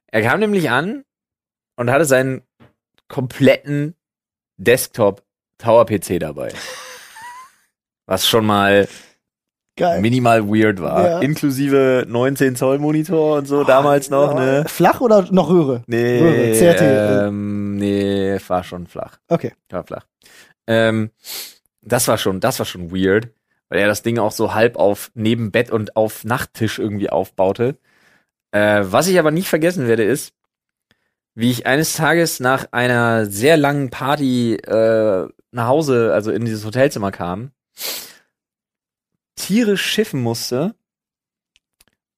Er kam nämlich an und hatte seinen kompletten Desktop-Tower-PC dabei. Was schon mal Geil. minimal weird war. Ja. Inklusive 19 Zoll Monitor und so damals noch, ne? Flach oder noch Röhre? Nee, Röhre, CRT. ähm, nee, war schon flach. äh. Okay. War flach. Ähm, das war schon, das war schon weird, weil er das Ding auch so halb auf neben Bett und auf Nachttisch irgendwie aufbaute. Äh, was ich aber nicht vergessen werde, ist, wie ich eines Tages nach einer sehr langen Party äh, nach Hause, also in dieses Hotelzimmer kam, tierisch schiffen musste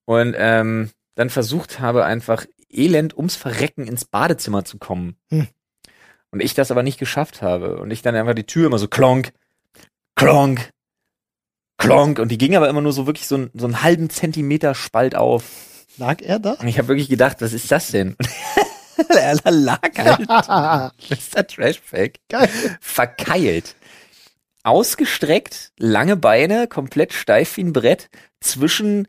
und ähm, dann versucht habe, einfach elend ums Verrecken ins Badezimmer zu kommen. Hm. Und ich das aber nicht geschafft habe. Und ich dann einfach die Tür immer so klonk, klonk, klonk. Und die ging aber immer nur so wirklich so, einen- so einen halben Zentimeter Spalt auf. Lag er da? Und ich habe wirklich gedacht, was ist das denn? er lag halt, Mr. Trashpack, Geil. verkeilt. Ausgestreckt, lange Beine, komplett steif wie ein Brett, zwischen,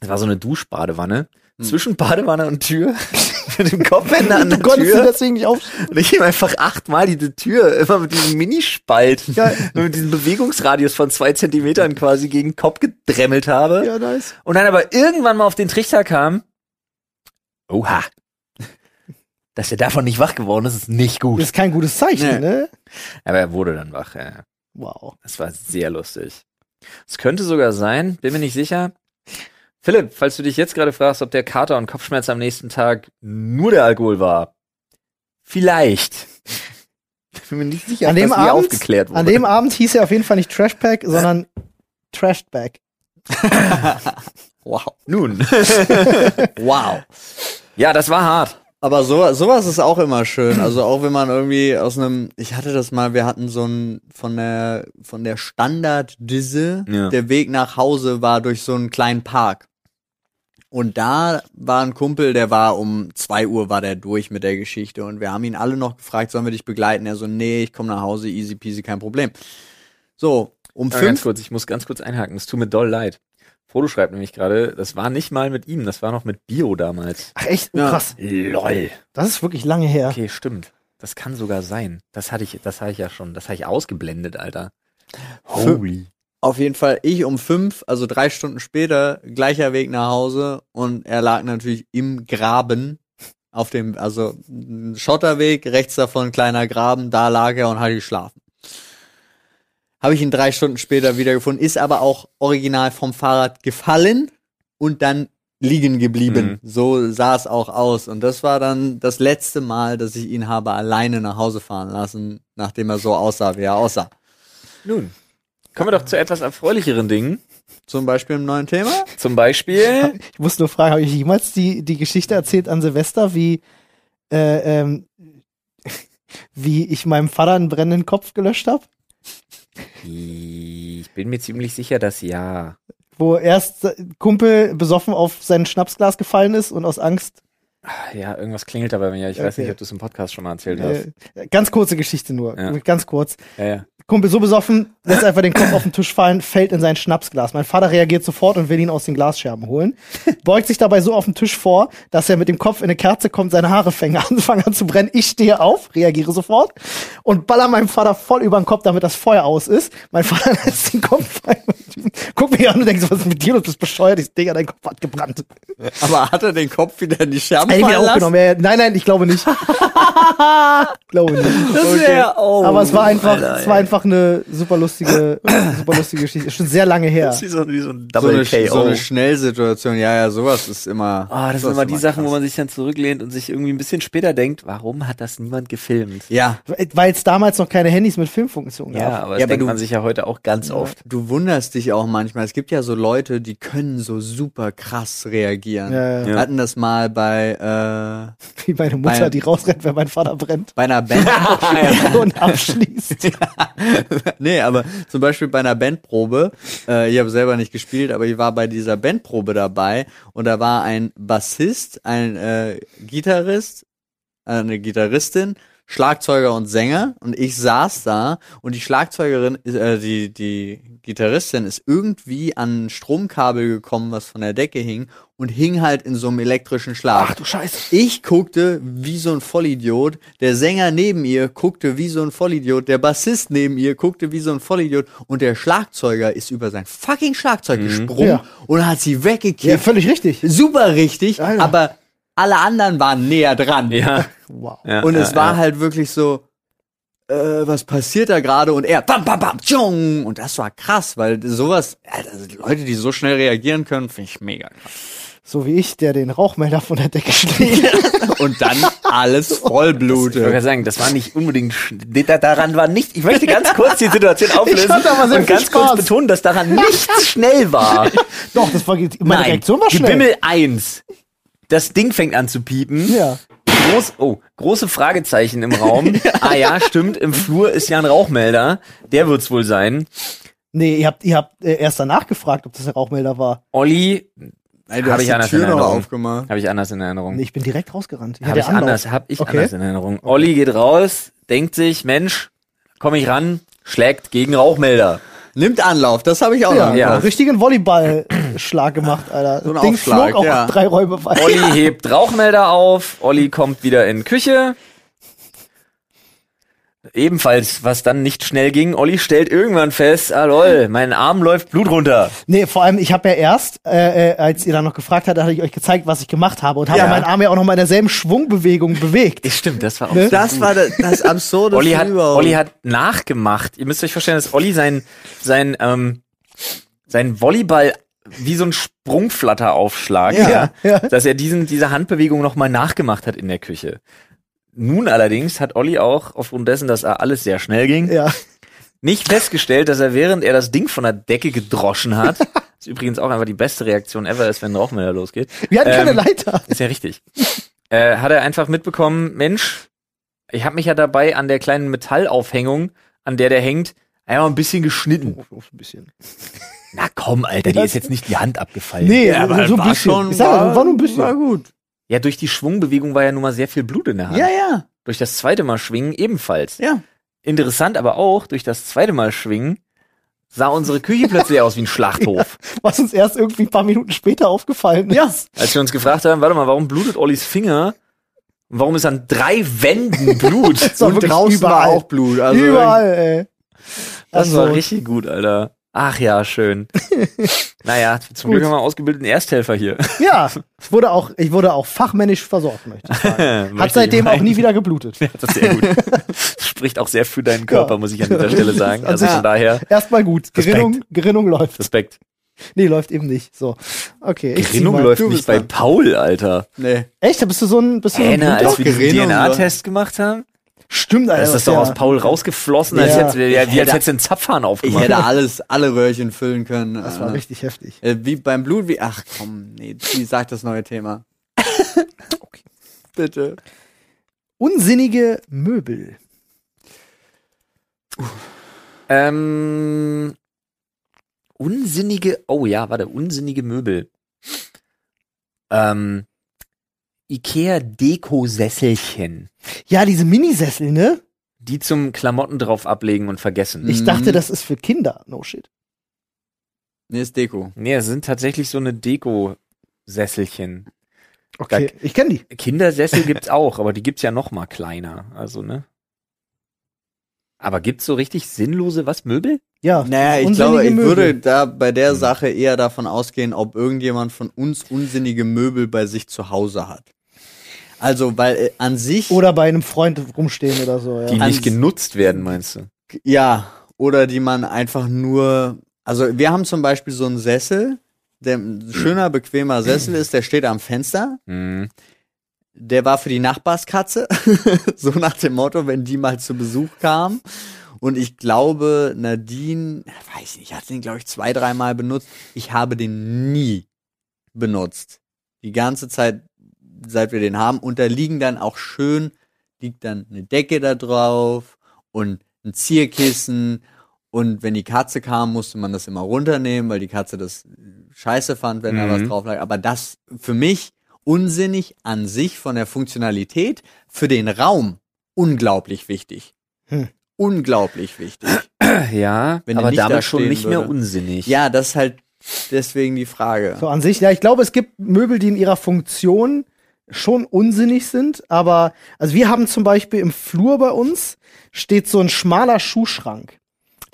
das war so eine Duschbadewanne, Hm. zwischen Badewanne und Tür, mit dem Kopf in der Du anderen konntest ihn Tür. deswegen nicht auf. Und ich ihm einfach achtmal diese Tür, immer mit diesem Minispalt, Geil. mit diesem Bewegungsradius von zwei Zentimetern quasi gegen den Kopf gedremmelt habe. Ja, nice. Und dann aber irgendwann mal auf den Trichter kam, oha, dass er davon nicht wach geworden ist, ist nicht Das gut. ist kein gutes Zeichen, Nee. ne? Aber er wurde dann wach. Ja. Wow. Das war sehr lustig. Es könnte sogar sein, bin mir nicht sicher. Philipp, falls du dich jetzt gerade fragst, ob der Kater und Kopfschmerz am nächsten Tag nur der Alkohol war, vielleicht. Ich bin mir nicht sicher, An ob dem das nie Abend- aufgeklärt wurde. An dem Abend hieß er auf jeden Fall nicht Trashpack, sondern Trashback. Wow. Nun. Wow. ja, das war hart. Ah, Aber so, sowas ist auch immer schön. Also auch wenn man irgendwie aus einem, ich hatte das mal, wir hatten so ein, von der, von der Standard-Disse, Ja. der Weg nach Hause war durch so einen kleinen Park. Und da war ein Kumpel, der war um 2 Uhr war der durch mit der Geschichte und wir haben ihn alle noch gefragt, sollen wir dich begleiten? Er so, nee, ich komme nach Hause, easy peasy, kein Problem. So, um Ja, 5 ganz kurz, ich muss ganz kurz einhaken. Es tut mir doll leid. Frodo schreibt nämlich gerade, das war nicht mal mit ihm, das war noch mit Bio damals. Ach echt? Oh, Ja. Krass. Lol. Das ist wirklich lange her. Okay, stimmt. Das kann sogar sein. Das hatte ich, das hatte ich ja schon. Das habe ich ausgeblendet, Alter. Holy. Auf jeden Fall ich um fünf, also drei Stunden später, gleicher Weg nach Hause und er lag natürlich im Graben auf dem, also ein Schotterweg, rechts davon ein kleiner Graben, da lag er und hat geschlafen. Habe ich ihn drei Stunden später wiedergefunden, ist aber auch original vom Fahrrad gefallen und dann liegen geblieben. So sah es auch aus. Und das war dann das letzte Mal, dass ich ihn habe alleine nach Hause fahren lassen, nachdem er so aussah, wie er aussah. Nun, kommen wir doch zu etwas erfreulicheren Dingen. Zum Beispiel im neuen Thema. Zum Beispiel, Ich muss nur fragen, habe ich jemals die, die Geschichte erzählt an Silvester, wie, äh, ähm, wie ich meinem Vater einen brennenden Kopf gelöscht habe? ich bin mir ziemlich sicher, dass ja. Wo erst ein Kumpel besoffen auf sein Schnapsglas gefallen ist und aus Angst. Ja, irgendwas klingelt aber mir. Ich weiß Okay. nicht, ob du es im Podcast schon mal erzählt hast. Äh, ganz kurze Geschichte nur, Ja. ganz kurz. Ja, ja. Kumpel so besoffen, lässt einfach den Kopf auf den Tisch fallen, fällt in sein Schnapsglas. Mein Vater reagiert sofort und will ihn aus den Glasscherben holen. Beugt sich dabei so auf den Tisch vor, dass er mit dem Kopf in eine Kerze kommt, seine Haare fängt an, fangen an zu brennen. Ich stehe auf, reagiere sofort und baller meinem Vater voll über den Kopf, damit das Feuer aus ist. Mein Vater lässt den Kopf fallen. Guck mich an und denkt, so, was ist mit dir los? Du bist bescheuert. Ich, Digga, dein Kopf hat gebrannt. Aber hat er den Kopf wieder in die Scherben Ey, wieder fallen lassen? aufgenommen. Ja, ja. Nein, nein, ich glaube nicht. glaube nicht. Das wär- oh, Aber es war einfach, Alter, es war einfach eine super lustige, super lustige Geschichte. Ist schon sehr lange her. wie so, wie so ein so eine, so eine Schnellsituation. Ja, ja, sowas ist immer. Ah, das sowas sind immer die ist Sachen, wo krass. man sich dann zurücklehnt und sich irgendwie ein bisschen später denkt, warum hat das niemand gefilmt? Ja, Weil es damals noch keine Handys mit Filmfunktion gab. Ja, aber das Ja, aber denkt du- man sich ja heute auch ganz oft. du wunderst dich auch manchmal. Es gibt ja so Leute, die können so super krass reagieren. Ja, ja. Wir hatten das mal bei, äh, Wie meine Mutter, Weil- die rausrennt, wenn mein Vater brennt bei einer Band. und abschließt. nee, aber zum Beispiel bei einer Bandprobe, äh, ich habe selber nicht gespielt, aber ich war bei dieser Bandprobe dabei und da war ein Bassist, ein äh, Gitarrist, eine Gitarristin, Schlagzeuger und Sänger und ich saß da und die Schlagzeugerin, ist- äh, die, die Gitarristin ist irgendwie an ein Stromkabel gekommen, was von der Decke hing und hing halt in so einem elektrischen Schlag. Scheiße. Ich guckte wie so ein Vollidiot, der Sänger neben ihr guckte wie so ein Vollidiot, der Bassist neben ihr guckte wie so ein Vollidiot und der Schlagzeuger ist über sein fucking Schlagzeug gesprungen Mhm. Ja. und hat sie Ja, weggekickt. völlig richtig. Super richtig, Alter. aber alle anderen waren näher dran. Ja. Wow. ja Und ja, es war ja. halt wirklich so, äh, was passiert da gerade? Und er, bam, bam, bam, tschung. Und das war krass, weil sowas, Alter, Leute, die so schnell reagieren können, finde ich mega krass. So wie ich, der den Rauchmelder von der Decke schlägt. Und dann alles Ich wollte Vollblute. gerade sagen, das war nicht unbedingt, sch- da- daran war nicht, ich möchte ganz kurz die Situation auflösen hatte aber sehr und viel ganz Spaß. kurz betonen, dass daran nichts schnell war. Doch, das war, meine Reaktion war schnell. Gebimmel 1. Das Ding fängt an zu piepen. Ja. Groß, oh, große Fragezeichen im Raum. Ah ja, stimmt, im Flur ist ja ein Rauchmelder. Der wird's wohl sein. Nee, ihr habt, ihr habt äh, erst danach gefragt, ob das ein Rauchmelder war. Olli, Ey, du Hab hast ich die anders Tür in noch Erinnerung. aufgemacht. habe ich anders in Erinnerung. Nee, ich bin direkt rausgerannt. Habe hatte ich Anlauf. anders, habe ich Okay. anders in Erinnerung. Olli geht raus, denkt sich, Mensch, komme ich ran, schlägt gegen Rauchmelder. Nimmt Anlauf, das habe ich auch Ja, noch. Ja. ja. richtigen Volleyballschlag gemacht, Alter. So ein Ding Aufschlag, flog auch ja. drei Räume weit. Olli hebt Rauchmelder auf, Olli kommt wieder in Küche. Ebenfalls, was dann nicht schnell ging, Olli stellt irgendwann fest, ah lol, mein Arm läuft Blut runter. Nee, vor allem, ich habe ja erst, äh, äh, als ihr dann noch gefragt habt, hatte ich euch gezeigt, was ich gemacht habe und habe Ja. meinen Arm ja auch noch mal in derselben Schwungbewegung bewegt. Stimmt, das Ne? war auch Das war das, das absurde Olli hat, überhaupt. Olli hat nachgemacht. Ihr müsst euch vorstellen, dass Olli sein, sein, ähm, sein Volleyball wie so ein Sprungflatteraufschlag, Ja, ja, ja. dass er diesen, diese Handbewegung nochmal nachgemacht hat in der Küche. Nun allerdings hat Olli auch, aufgrund dessen, dass er alles sehr schnell ging, Ja. nicht festgestellt, dass er, während er das Ding von der Decke gedroschen hat, was übrigens auch einfach die beste Reaktion ever ist, wenn ein Rauchmelder losgeht, Wir hatten keine Ähm, Leiter. ist ja richtig. äh, hat er einfach mitbekommen, Mensch, ich habe mich ja dabei an der kleinen Metallaufhängung, an der der hängt, einmal ein bisschen geschnitten. Na komm, Alter, die ist jetzt nicht die Hand abgefallen. Nee, Ja, aber so ein war bisschen. schon- ich sag, ja, war nur ein War bisschen. gut. Ja, durch die Schwungbewegung war ja nun mal sehr viel Blut in der Hand. Ja, ja, Durch das zweite Mal schwingen ebenfalls. ja. Interessant aber auch, durch das zweite Mal schwingen sah unsere Küche plötzlich aus wie ein Schlachthof. Was uns erst irgendwie ein paar Minuten später aufgefallen ist. Ja. Als wir uns gefragt haben, warte mal, warum blutet Ollis Finger? Und warum ist an drei Wänden Blut? war Und wirklich draußen war überall. auch Blut. Also Überall, ey. Das war Also- richtig gut, Alter. Ach ja, schön. naja, zum Gut. Glück haben wir ausgebildeten Ersthelfer hier. Ja, ich wurde auch, ich wurde auch fachmännisch versorgt, möchte ich sagen. Hat seitdem auch nie wieder geblutet. Das ist sehr gut. Spricht auch sehr für deinen Körper, Ja. muss ich an dieser Stelle sagen. Also Also ja. von daher, Erstmal gut. Respekt. Gerinnung, Gerinnung läuft. Respekt. Nee, läuft eben nicht. So. Okay. ich zieh Gerinnung mal. läuft du nicht bist bei dran. Paul, Alter. Nee. Echt? Da Bist du so ein, bist du so ein Einer, als Bluter? wir diesen Gerinnung DNA-Test gemacht haben, Stimmt, da Alter. ist das doch ja. aus Paul rausgeflossen, als Ja. hättest du- ja, Ich wie als hätte- hättest du den Zapfhahn Ich aufgemacht. hätte alles, alle Röhrchen füllen können. Das war Äh, richtig heftig. äh, Wie beim Blut, wie. Ach komm, nee, wie sagt das neue Thema? Bitte. Unsinnige Möbel. Ähm, unsinnige, oh ja, warte, unsinnige Möbel. Ähm, Ikea-Deko-Sesselchen, Ja, diese Minisessel, ne? die zum Klamotten drauf ablegen und vergessen. Ich Mhm. dachte, das ist für Kinder. No shit. Nee, ist Deko. Nee, es sind tatsächlich so eine Deko-Sesselchen. Okay. Ich kenne die. Kindersessel gibt's auch, aber die gibt's ja noch mal kleiner, also ne. Aber gibt's so richtig sinnlose was Möbel? Ja. Naja, ich unsinnige glaube, ich Möbel. würde da bei der Sache eher davon ausgehen, ob irgendjemand von uns unsinnige Möbel bei sich zu Hause hat. Also, weil äh, an sich, Oder bei einem Freund rumstehen oder so, ja. Die Ans- nicht genutzt werden, meinst du? ja, oder die man einfach nur, also wir haben zum Beispiel so einen Sessel, der ein schöner, bequemer Sessel ist, der steht am Fenster, Hm. der war für die Nachbarskatze, so nach dem Motto, wenn die mal zu Besuch kam. Und ich glaube, Nadine, weiß nicht, hat den, glaube ich, zwei, dreimal benutzt. Ich habe den nie benutzt. Die ganze Zeit, seit wir den haben. Und da liegen dann auch schön, liegt dann eine Decke da drauf und ein Zierkissen. Und wenn die Katze kam, musste man das immer runternehmen, weil die Katze das äh, scheiße fand, wenn da Mhm. was drauf lag. Aber das für mich unsinnig an sich von der Funktionalität, für den Raum unglaublich wichtig. Hm. unglaublich witig. Ja, Wenn der aber nicht da damit schon stehen nicht mehr würde. unsinnig. Ja, das ist halt deswegen die Frage. So an sich, ja, ich glaube, es gibt Möbel, die in ihrer Funktion schon unsinnig sind, aber also wir haben zum Beispiel im Flur bei uns steht so ein schmaler Schuhschrank,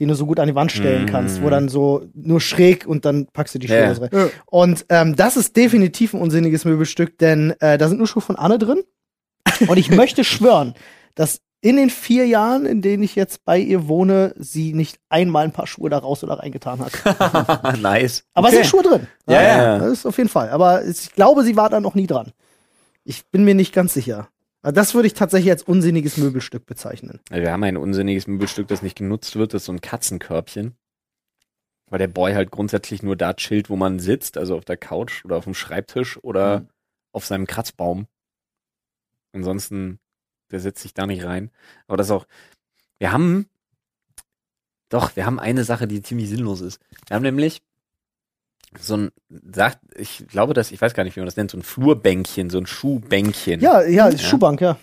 den du so gut an die Wand stellen Mhm. kannst, wo dann so nur schräg und dann packst du die Schuhe Ja. so rein. Und ähm, das ist definitiv ein unsinniges Möbelstück, denn äh, da sind nur Schuhe von Anne drin. Und ich möchte schwören, dass in den vier Jahren, in denen ich jetzt bei ihr wohne, sie nicht einmal ein paar Schuhe da raus oder reingetan hat. nice. Aber es Okay. sind Schuhe drin. Ja, ja. Das ist auf jeden Fall. Aber ich glaube, sie war da noch nie dran. Ich bin mir nicht ganz sicher. Aber Das würde ich tatsächlich als unsinniges Möbelstück bezeichnen. Also Wir haben ein unsinniges Möbelstück, das nicht genutzt wird, das ist so ein Katzenkörbchen. Weil der Boy halt grundsätzlich nur da chillt, wo man sitzt, also auf der Couch oder auf dem Schreibtisch oder Mhm. auf seinem Kratzbaum. Ansonsten, der setzt sich da nicht rein. Aber das ist auch, wir haben, doch, wir haben eine Sache, die ziemlich sinnlos ist. Wir haben nämlich so ein, sagt, ich glaube, das, ich weiß gar nicht, wie man das nennt, so ein Flurbänkchen, so ein Schuhbänkchen. Ja, ja, Hm. Ja. Schuhbank, ja.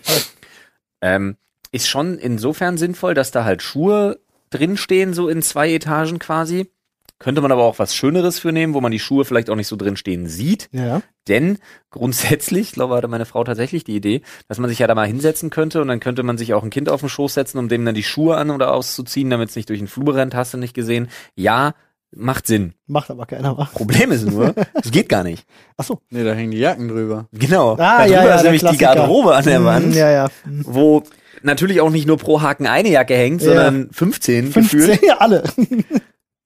Ähm, ist schon insofern sinnvoll, dass da halt Schuhe drinstehen, so in zwei Etagen quasi. Könnte man aber auch was Schöneres für nehmen, wo man die Schuhe vielleicht auch nicht so drinstehen sieht. Ja. Denn grundsätzlich, ich glaube, hatte meine Frau tatsächlich die Idee, dass man sich ja da mal hinsetzen könnte und dann könnte man sich auch ein Kind auf den Schoß setzen, um dem dann die Schuhe an oder auszuziehen, damit es nicht durch den Flur rennt, hast du nicht gesehen. Ja, macht Sinn. Macht aber keiner was. Problem ist nur, es geht gar nicht. Achso. Nee, da hängen die Jacken drüber. Genau. Ah, da ja, drüber ja, ist der nämlich die Klassiker. Garderobe an der Wand Mm, Ja, ja. wo natürlich auch nicht nur pro Haken eine Jacke hängt, Ja. sondern 15, gefühlt. 15, ja, alle.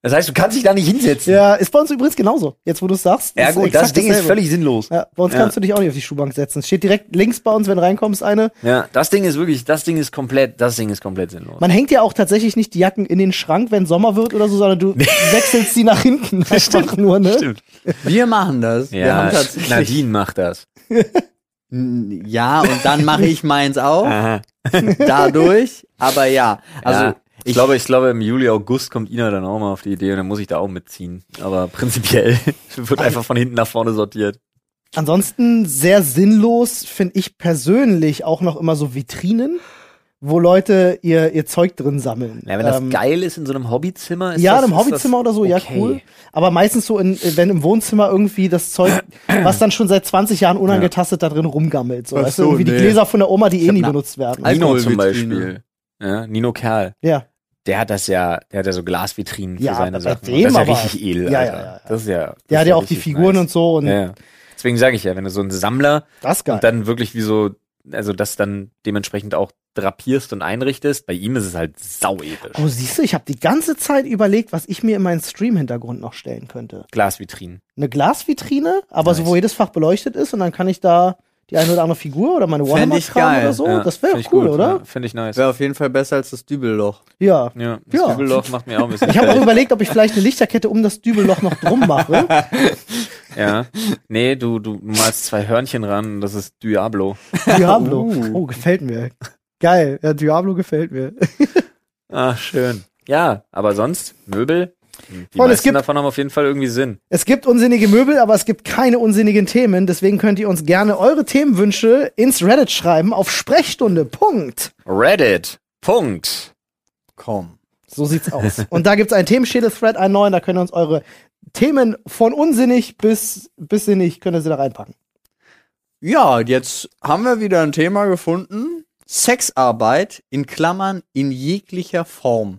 Das heißt, du kannst dich da nicht hinsetzen. Ja, ist bei uns übrigens genauso. Jetzt, wo du es sagst. Ja ist gut, exakt das Ding ist dasselbe. völlig sinnlos. Ja, bei uns Ja. kannst du dich auch nicht auf die Schuhbank setzen. Es steht direkt links bei uns, wenn reinkommst, eine. Ja, das Ding ist wirklich, das Ding ist komplett, das Ding ist komplett sinnlos. Man hängt ja auch tatsächlich nicht die Jacken in den Schrank, wenn Sommer wird oder so, sondern du wechselst sie nach hinten. Einfach nur, ne? Stimmt. Wir machen das. Wir Ja, haben tatsächlich. Nadine macht das. N- Ja, und dann mache ich meins auch Aha. dadurch. Aber ja, also Ah. ja. Ich, glaube, ich glaube, im Juli, August kommt Ina dann auch mal auf die Idee und dann muss ich da auch mitziehen. Aber prinzipiell wird einfach von hinten nach vorne sortiert. Ansonsten sehr sinnlos finde ich persönlich auch noch immer so Vitrinen, wo Leute ihr, ihr Zeug drin sammeln. Ja, wenn das Ähm, geil ist in so einem Hobbyzimmer, ist ja, in das, einem ist das Hobbyzimmer oder so, ja, okay. cool. Aber meistens so, in, wenn im Wohnzimmer irgendwie das Zeug, was dann schon seit 20 Jahren unangetastet da drin rumgammelt. So, Ach weißt du, so, irgendwie die nee. Gläser von der Oma, die eh hab nie ne- benutzt werden. Al- Nino zum Alkoholvitrine. Beispiel. Ja, Nino Kerl. Ja. der hat Also, das ja, der hat ja so Glasvitrinen für Ja, seine bei Sachen. dem Und das ist ja aber- richtig edel, Ja, Alter. ja, ja, ja. Das ist ja. Der das ist hat ja auch die richtig Figuren nice. und so und Ja, ja. Deswegen sage ich ja, wenn du so ein Sammler das ist geil. und dann wirklich wie so, also das dann dementsprechend auch drapierst und einrichtest, bei ihm ist es halt sauedisch. oh, siehst du, ich habe die ganze Zeit überlegt, was ich mir in meinen Stream-Hintergrund noch stellen könnte. Glasvitrinen. Eine Glasvitrine, aber so, Nice. wo jedes Fach beleuchtet ist und dann kann ich da die eine oder andere Figur oder meine Fänd Warhammer ich kramen geil. oder so. Ja, Oh, das wäre find ich doch cool, gut, oder? Ja, Finde ich nice. Wäre auf jeden Fall besser als das Dübelloch. Ja. Ja, das Ja. Dübelloch macht mir auch ein bisschen. Ich habe auch Geld. überlegt, ob ich vielleicht eine Lichterkette um das Dübelloch noch drum mache. Ja. Nee, du, du malst zwei Hörnchen ran, das ist Diablo. Diablo. Uh. Oh, gefällt mir. Geil. Ja, Diablo gefällt mir. Ah, schön. Ja, aber sonst, Möbel, hm, die Voll, es meisten gibt- davon haben auf jeden Fall irgendwie Sinn. Es gibt unsinnige Möbel, aber es gibt keine unsinnigen Themen. Deswegen könnt ihr uns gerne eure Themenwünsche ins Reddit schreiben auf Sprechstunde. Punkt. Reddit. Punkt. Komm. So sieht's aus. Und da gibt's einen Themenschädel-Thread, einen neuen. Da könnt ihr uns eure Themen von unsinnig bis, bis sinnig, könnt ihr sie da reinpacken. Ja, jetzt haben wir wieder ein Thema gefunden. Sexarbeit in Klammern in jeglicher Form.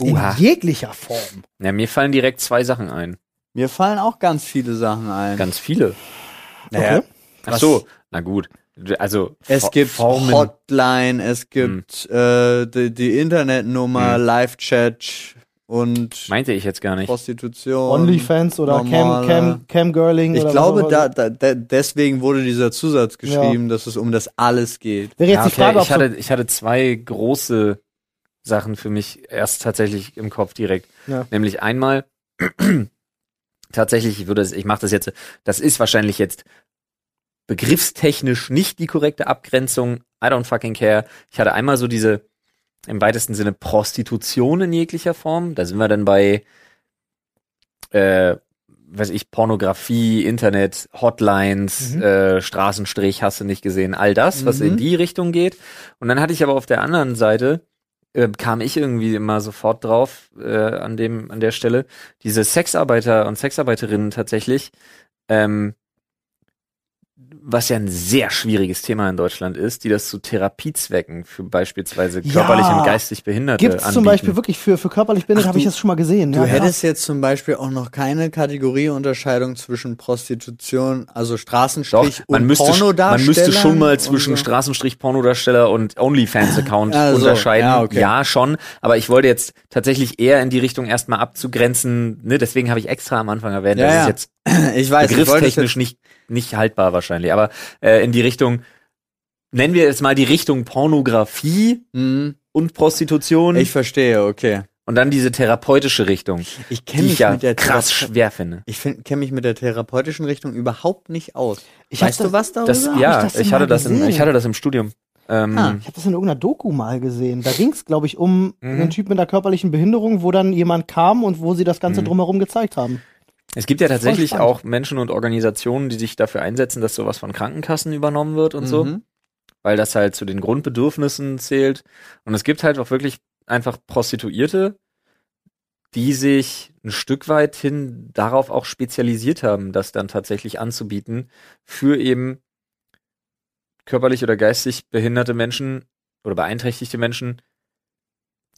Uha. In jeglicher Form. Ja, mir fallen direkt zwei Sachen ein. Mir fallen auch ganz viele Sachen ein. Ganz viele. Naja, Okay. Ach so, na gut. Also, Es Fo- gibt Formen. Hm. Hotline, es gibt äh, die, die Internetnummer, Live-Chat und meinte Hm. ich jetzt gar nicht. Prostitution. Onlyfans oder Cam, normale- Cam, Camgirling Ich oder glaube, was auch da, immer. da, de- deswegen wurde dieser Zusatz geschrieben, dass es um das alles geht. Wäre jetzt Ja, die Frage, ob ich, hatte, ich hatte zwei große Sachen für mich erst tatsächlich im Kopf direkt. Ja. Nämlich einmal, tatsächlich, ich würde es, ich mache das jetzt, das ist wahrscheinlich jetzt begriffstechnisch nicht die korrekte Abgrenzung. I don't fucking care. Ich hatte einmal so diese im weitesten Sinne Prostitution in jeglicher Form. Da sind wir dann bei, äh, weiß ich, Pornografie, Internet, Hotlines, Mhm. äh, Straßenstrich, hast du nicht gesehen, all das, was Mhm. in die Richtung geht. Und dann hatte ich aber auf der anderen Seite, äh, kam ich irgendwie immer sofort drauf äh, an dem an der Stelle diese Sexarbeiter und Sexarbeiterinnen tatsächlich ähm, was ja ein sehr schwieriges Thema in Deutschland ist, die das zu Therapiezwecken für beispielsweise Ja. körperlich und geistig Behinderte Gibt's anbieten. zum Beispiel wirklich für, für körperlich Behinderte, Ach, habe ich du- das schon mal gesehen. Du ja, hättest jetzt zum Beispiel auch noch keine Kategorieunterscheidung zwischen Prostitution, also Doch, Straßenstrich man und müsste, sch- Pornodarstellern. man müsste schon mal zwischen und so. Straßenstrich Pornodarsteller und OnlyFans-Account Ah, so. unterscheiden. Ja, Ja, okay. schon. Aber ich wollte jetzt tatsächlich eher in die Richtung erstmal abzugrenzen. Ne, deswegen habe ich extra am Anfang erwähnt, Ja, dass ja. es Also, jetzt Ich weiß, ich wollte das jetzt- begriffstechnisch nicht, nicht haltbar wahrscheinlich. Aber äh, in die Richtung, nennen wir jetzt mal die Richtung Pornografie Mhm. und Mhm. Prostitution Ich verstehe, okay. und dann diese therapeutische Richtung, Ich kenne die ich mich ja mit der krass Therape- schwer finde. Ich kenne mich mit der therapeutischen Richtung überhaupt nicht aus. Ich hab weißt du das- was darüber? Das, hab ja, ich das denn ich, mal hatte das im, gesehen? ich hatte das im Studium. Ähm, Ah. Ich habe das in irgendeiner Doku mal gesehen. Da ging es, glaube ich, um Mhm. einen Typ mit einer körperlichen Behinderung, wo dann jemand kam und wo sie das Ganze Mhm. drumherum gezeigt haben. Es gibt ja tatsächlich spannend. auch Menschen und Organisationen, die sich dafür einsetzen, dass sowas von Krankenkassen übernommen wird und so, Mhm. weil das halt zu den Grundbedürfnissen zählt. Und es gibt halt auch wirklich einfach Prostituierte, die sich ein Stück weit hin darauf auch spezialisiert haben, das dann tatsächlich anzubieten für eben körperlich oder geistig behinderte Menschen oder beeinträchtigte Menschen,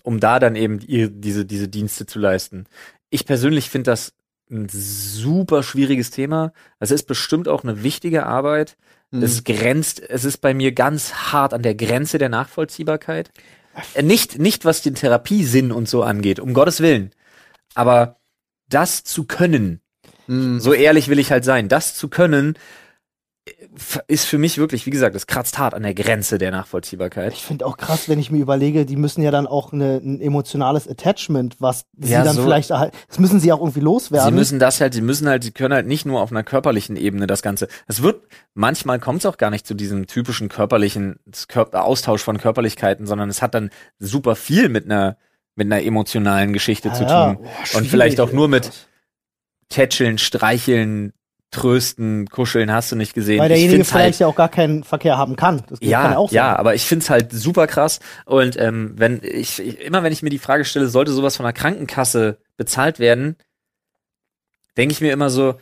um da dann eben ihr, diese, diese Dienste zu leisten. Ich persönlich finde das ein super schwieriges Thema. Es ist bestimmt auch eine wichtige Arbeit. Mhm. Es grenzt, es ist bei mir ganz hart an der Grenze der Nachvollziehbarkeit. Äh, Nicht, nicht was den Therapiesinn und so angeht, um Gottes Willen. Aber das zu können, Mhm. so ehrlich will ich halt sein, das zu können, äh, f- ist für mich wirklich, wie gesagt, es kratzt hart an der Grenze der Nachvollziehbarkeit. Ich finde auch krass, wenn ich mir überlege, die müssen ja dann auch eine, ein emotionales Attachment, was sie Ja, dann so- vielleicht erhalten. Das müssen sie auch irgendwie loswerden. Sie müssen das halt, sie müssen halt, sie können halt nicht nur auf einer körperlichen Ebene das Ganze. Es wird, manchmal kommt es auch gar nicht zu diesem typischen körperlichen das Kör Austausch von Körperlichkeiten, sondern es hat dann super viel mit einer, mit einer emotionalen Geschichte Ja, zu Ah ja. tun. Boah, Und schwierig, vielleicht auch ey. nur mit Tätscheln, Streicheln, Trösten, Kuscheln, hast du nicht gesehen. Weil Ich derjenige find's halt vielleicht ja auch gar keinen Verkehr haben kann. Das kann ja, auch ja, sein. aber ich find's halt super krass. Und ähm, wenn ich, ich immer wenn ich mir die Frage stelle, sollte sowas von der Krankenkasse bezahlt werden, denke ich mir immer so,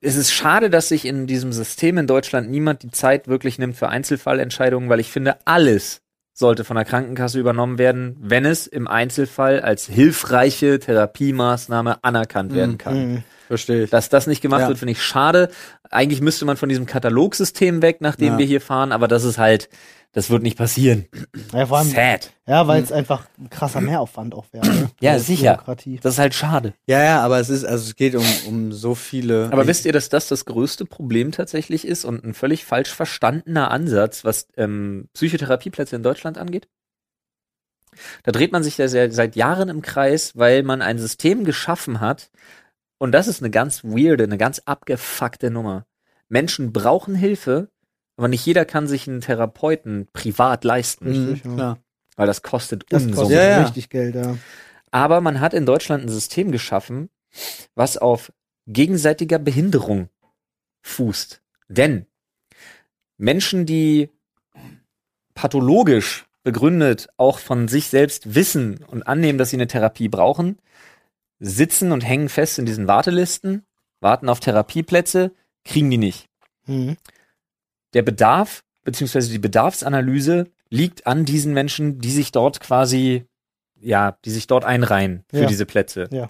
es ist schade, dass sich in diesem System in Deutschland niemand die Zeit wirklich nimmt für Einzelfallentscheidungen, weil ich finde, alles sollte von der Krankenkasse übernommen werden, wenn es im Einzelfall als hilfreiche Therapiemaßnahme anerkannt werden kann. Mhm. Verstehe ich. Dass das nicht gemacht Ja. wird, finde ich schade. Eigentlich müsste man von diesem Katalogsystem weg, nach dem Ja. wir hier fahren, aber das ist halt, das wird nicht passieren. Ja, vor allem, Sad. ja, weil es einfach ein krasser Mehraufwand auch wäre. ne? Ja, Diese sicher. Bürokratie. Das ist halt schade. Ja, ja, aber es ist, also es geht um, um so viele. Aber wisst ihr, dass das das größte Problem tatsächlich ist und ein völlig falsch verstandener Ansatz, was ähm, Psychotherapieplätze in Deutschland angeht? Da dreht man sich ja sehr, seit Jahren im Kreis, weil man ein System geschaffen hat. Und das ist eine ganz weirde, eine ganz abgefuckte Nummer. Menschen brauchen Hilfe, aber nicht jeder kann sich einen Therapeuten privat leisten, Mhm, Richtig, ja. klar. weil das kostet Das Unsummen. kostet halt Ja, ja. richtig Geld, ja. Aber man hat in Deutschland ein System geschaffen, was auf gegenseitiger Behinderung fußt. Denn Menschen, die pathologisch begründet auch von sich selbst wissen und annehmen, dass sie eine Therapie brauchen, sitzen und hängen fest in diesen Wartelisten, warten auf Therapieplätze, kriegen die nicht. Mhm. Der Bedarf bzw. die Bedarfsanalyse liegt an diesen Menschen, die sich dort quasi, ja, die sich dort einreihen für Ja. diese Plätze. Ja.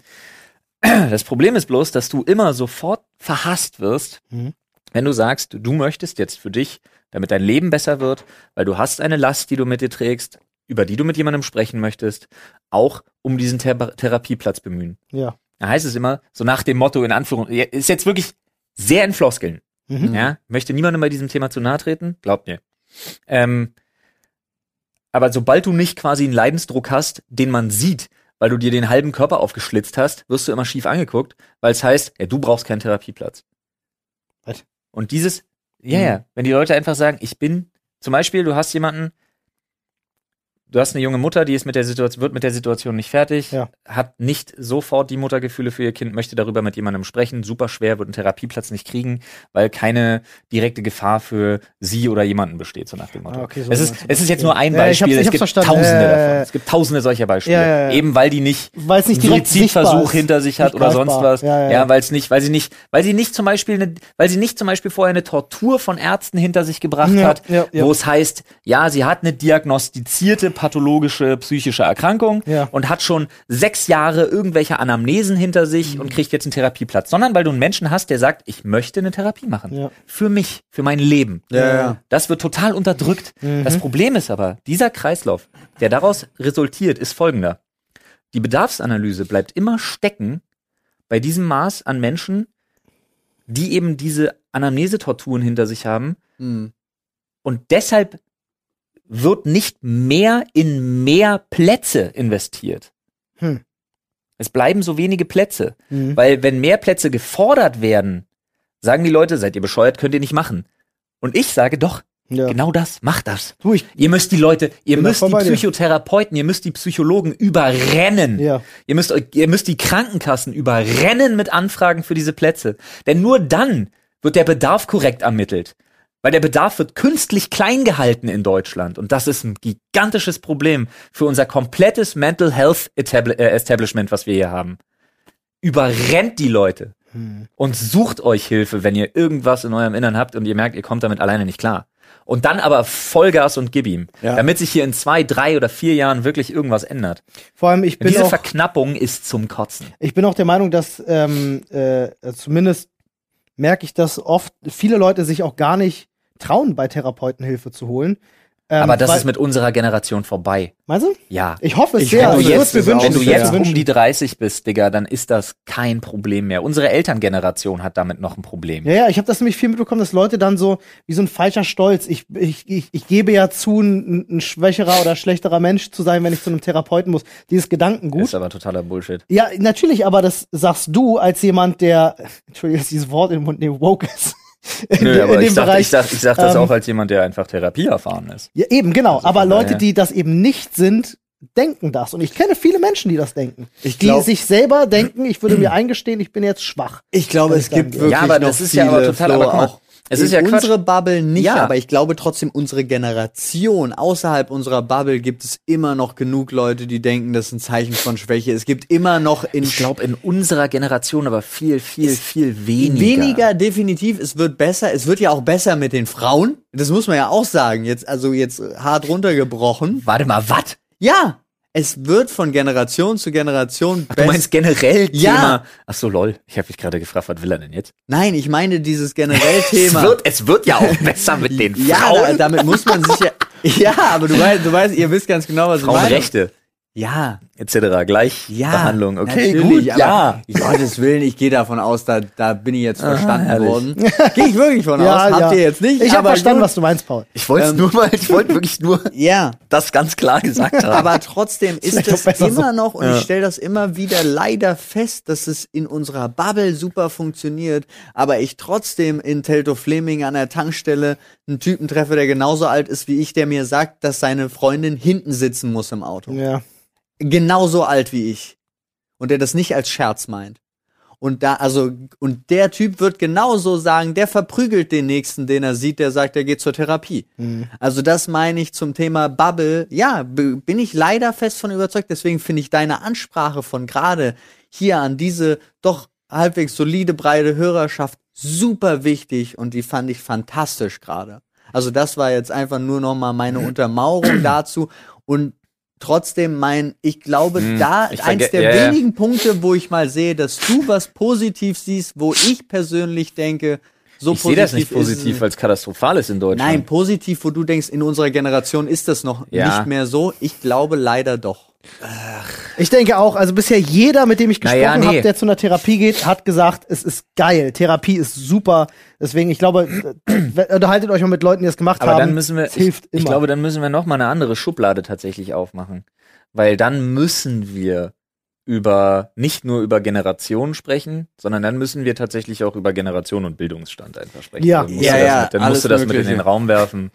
Das Problem ist bloß, dass du immer sofort verhasst wirst, Mhm. wenn du sagst, du möchtest jetzt für dich, damit dein Leben besser wird, weil du hast eine Last, die du mit dir trägst, über die du mit jemandem sprechen möchtest, auch um diesen Thera- Therapieplatz bemühen. Ja. Da heißt es immer, so nach dem Motto in Anführung, ist jetzt wirklich sehr in Floskeln. Mhm. Ja, möchte niemandem bei diesem Thema zu nahe treten, glaubt mir. Ähm, aber sobald du nicht quasi einen Leidensdruck hast, den man sieht, weil du dir den halben Körper aufgeschlitzt hast, wirst du immer schief angeguckt, weil es heißt, ja, du brauchst keinen Therapieplatz. Was? Und dieses, ja, Mhm. ja, wenn die Leute einfach sagen, ich bin, zum Beispiel, du hast jemanden, du hast eine junge Mutter, die ist mit der Situation, wird mit der Situation nicht fertig, Ja. hat nicht sofort die Muttergefühle für ihr Kind, möchte darüber mit jemandem sprechen, super schwer, wird einen Therapieplatz nicht kriegen, weil keine direkte Gefahr für sie oder jemanden besteht, so nach dem Motto. Ah, okay, so es, ist, meinst du das. es ist jetzt nur ein Ja, ich hab's- Beispiel, ich es hab's gibt verstanden. tausende Ja, ja, davon. ja. Es gibt tausende solcher Beispiele. Ja, ja, ja. Eben weil die nicht Weil es nicht direkt sichtbar Suizidversuch ist. hinter sich hat Nicht oder sonst greifbar. was. Ja, Ja, ja, ja. weil es nicht, weil sie nicht, weil sie nicht zum Beispiel eine, weil sie nicht zum Beispiel vorher eine Tortur von Ärzten hinter sich gebracht Ja, hat, ja, ja. wo es heißt, ja, sie hat eine diagnostizierte pathologische psychische Erkrankung Ja. und hat schon sechs Jahre irgendwelche Anamnesen hinter sich Mhm. und kriegt jetzt einen Therapieplatz, sondern weil du einen Menschen hast, der sagt, ich möchte eine Therapie machen. Ja. Für mich, für mein Leben. Ja, ja. Das wird total unterdrückt. Das Mhm. Problem ist aber, dieser Kreislauf, der daraus resultiert, ist folgender. Die Bedarfsanalyse bleibt immer stecken bei diesem Maß an Menschen, die eben diese Anamnesetorturen hinter sich haben. Hm. Mhm. Und deshalb wird nicht mehr in mehr Plätze investiert. Hm. Es bleiben so wenige Plätze. Mhm. Weil wenn mehr Plätze gefordert werden, sagen die Leute, seid ihr bescheuert, könnt ihr nicht machen. Und ich sage doch, Ja. genau das, macht das. Du, ich, Ihr müsst die Leute, ihr Bin müsst davon die bei dir. Psychotherapeuten, ihr müsst die Psychologen überrennen. ja. Ihr müsst, euch- ihr müsst die Krankenkassen überrennen mit Anfragen für diese Plätze. Denn nur dann wird der Bedarf korrekt ermittelt. Weil der Bedarf wird künstlich klein gehalten in Deutschland. Und das ist ein gigantisches Problem für unser komplettes Mental Health Etabl äh, Establishment, was wir hier haben. Überrennt die Leute Hm. und sucht euch Hilfe, wenn ihr irgendwas in eurem Innern habt und ihr merkt, ihr kommt damit alleine nicht klar. Und dann aber Vollgas und gib ihm, Ja. damit sich hier in zwei, drei oder vier Jahren wirklich irgendwas ändert. Vor allem, ich bin Diese auch, Verknappung ist zum Kotzen. ich bin auch der Meinung, dass ähm, äh, zumindest merke ich, dass oft viele Leute sich auch gar nicht trauen, bei Therapeuten Hilfe zu holen. Ähm, Aber das weil, ist mit unserer Generation vorbei. Meinst du? Ja. Ich hoffe es Ich sehr. hoffe, also ich jetzt- würd's mir wünschen, wenn du ich würd's jetzt mir um wünschen. die 30 bist, Digga, dann ist das kein Problem mehr. Unsere Elterngeneration hat damit noch ein Problem. Ja, ja, ich habe das nämlich viel mitbekommen, dass Leute dann so wie so ein falscher Stolz, ich, ich, ich, ich gebe ja zu, ein, ein schwächerer oder schlechterer Mensch zu sein, wenn ich zu einem Therapeuten muss. Dieses Gedankengut. Ist aber totaler Bullshit. Ja, natürlich, aber das sagst du als jemand, der, Entschuldigung, dass ich dieses Wort im Mund nehme, woke ist. In, Nö, de- aber ich sag, ich sag, ich sag das ähm, auch als jemand, der einfach Therapie erfahren ist. Ja, eben, genau. Also aber von Leute, daher- die das eben nicht sind, denken das. Und ich kenne viele Menschen, die das denken. Ich die glaub- sich selber denken, ich würde mir eingestehen, ich bin jetzt schwach. Ich glaube, Kann es ich sagen, gibt ja. wirklich Äh, Ja, aber noch das ist viele ja aber total, Flo, aber guck mal, auch Es ist ja Quatsch. unsere Bubble nicht, Ja. aber ich glaube trotzdem, unsere Generation, außerhalb unserer Bubble gibt es immer noch genug Leute, die denken, das ist ein Zeichen von Schwäche. Es gibt immer noch in Ich glaube in unserer Generation aber viel, viel, viel weniger. Weniger definitiv, es wird besser. Es wird ja auch besser mit den Frauen. Das muss man ja auch sagen. Jetzt also jetzt hart runtergebrochen. Warte mal, was? Ja, es wird von Generation zu Generation Du besser. meinst generell Ja. Thema? Ach so, lol. Ich habe mich gerade gefragt, was will er denn jetzt? Nein, ich meine dieses generell Es Thema. wird, es wird ja auch besser mit den ja, da, Frauen. damit muss man sich ja Ja, aber du weißt, du weißt, ihr wisst ganz genau, was ich meine. Frauenrechte Ja, etc. Gleich ja. Behandlung. Okay, natürlich, gut, aber ja. um Gottes Willen, ich gehe davon aus, da, da bin ich jetzt verstanden worden. Gehe ich wirklich von Ja, aus. Habt ja. ihr jetzt nicht? Ich habe aber verstanden, gut. was du meinst, Paul. Ich wollte es Ähm, nur mal, ich wollte wirklich nur Ja. das ganz klar gesagt haben. Aber trotzdem ist Vielleicht das auch besser immer noch, und ich stelle das immer wieder leider fest, dass es in unserer Bubble super funktioniert, aber ich trotzdem in Telto Fleming an der Tankstelle einen Typen treffe, der genauso alt ist wie ich, der mir sagt, dass seine Freundin hinten sitzen muss im Auto. Ja. Genauso alt wie ich. Und der das nicht als Scherz meint. Und da, also, und der Typ wird genauso sagen, der verprügelt den Nächsten, den er sieht, der sagt, er geht zur Therapie. Mhm. Also das meine ich zum Thema Bubble. Ja, b- bin ich leider fest von überzeugt. Deswegen finde ich deine Ansprache von gerade hier an diese doch halbwegs solide, breite Hörerschaft super wichtig und die fand ich fantastisch gerade. Also das war jetzt einfach nur nochmal meine Mhm. Untermauerung dazu und trotzdem mein, ich glaube, da Mhm. ich eins verge- der ja, ja. wenigen Punkte, wo ich mal sehe, dass du was positiv siehst, wo ich persönlich denke, so Ich sehe das nicht positiv ist es positiv, weil es katastrophal ist in Deutschland. Nein, positiv, wo du denkst, in unserer Generation ist das noch Ja. nicht mehr so. Ich glaube leider doch. Ich denke auch, also bisher jeder, mit dem ich gesprochen Naja, nee. habe, der zu einer Therapie geht, hat gesagt, es ist geil. Therapie ist super. Deswegen, ich glaube, äh, unterhaltet euch mal mit Leuten, die das gemacht Aber haben. dann müssen wir, es hilft ich, immer. ich glaube, dann müssen wir noch mal eine andere Schublade tatsächlich aufmachen, weil dann müssen wir über nicht nur über Generationen sprechen, sondern dann müssen wir tatsächlich auch über Generation und Bildungsstand einfach sprechen. Ja. dann musst Ja, du das, ja, mit, dann musst du alles das mit in den Mögliche. Raum werfen.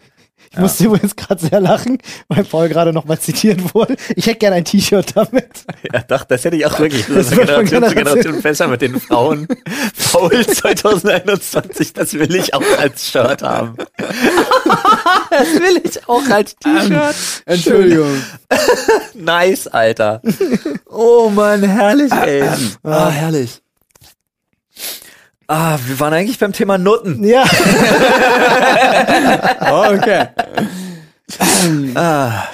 ich musste übrigens gerade sehr lachen, weil Paul gerade nochmal zitiert wurde. Ich hätte gerne ein T-Shirt damit. Ja, doch, das hätte ich auch wirklich. Das wird Generation von zu Generation- Generation besser mit den Frauen. Paul 2021, das will ich auch als Shirt haben. das will ich auch als T-Shirt. Ah, Entschuldigung. Hm. Nice, Alter. Oh Mann, herrlich, ey. Ah, herrlich. Ah, wir waren eigentlich beim Thema Noten. Ja, Okay. Hm. Ah.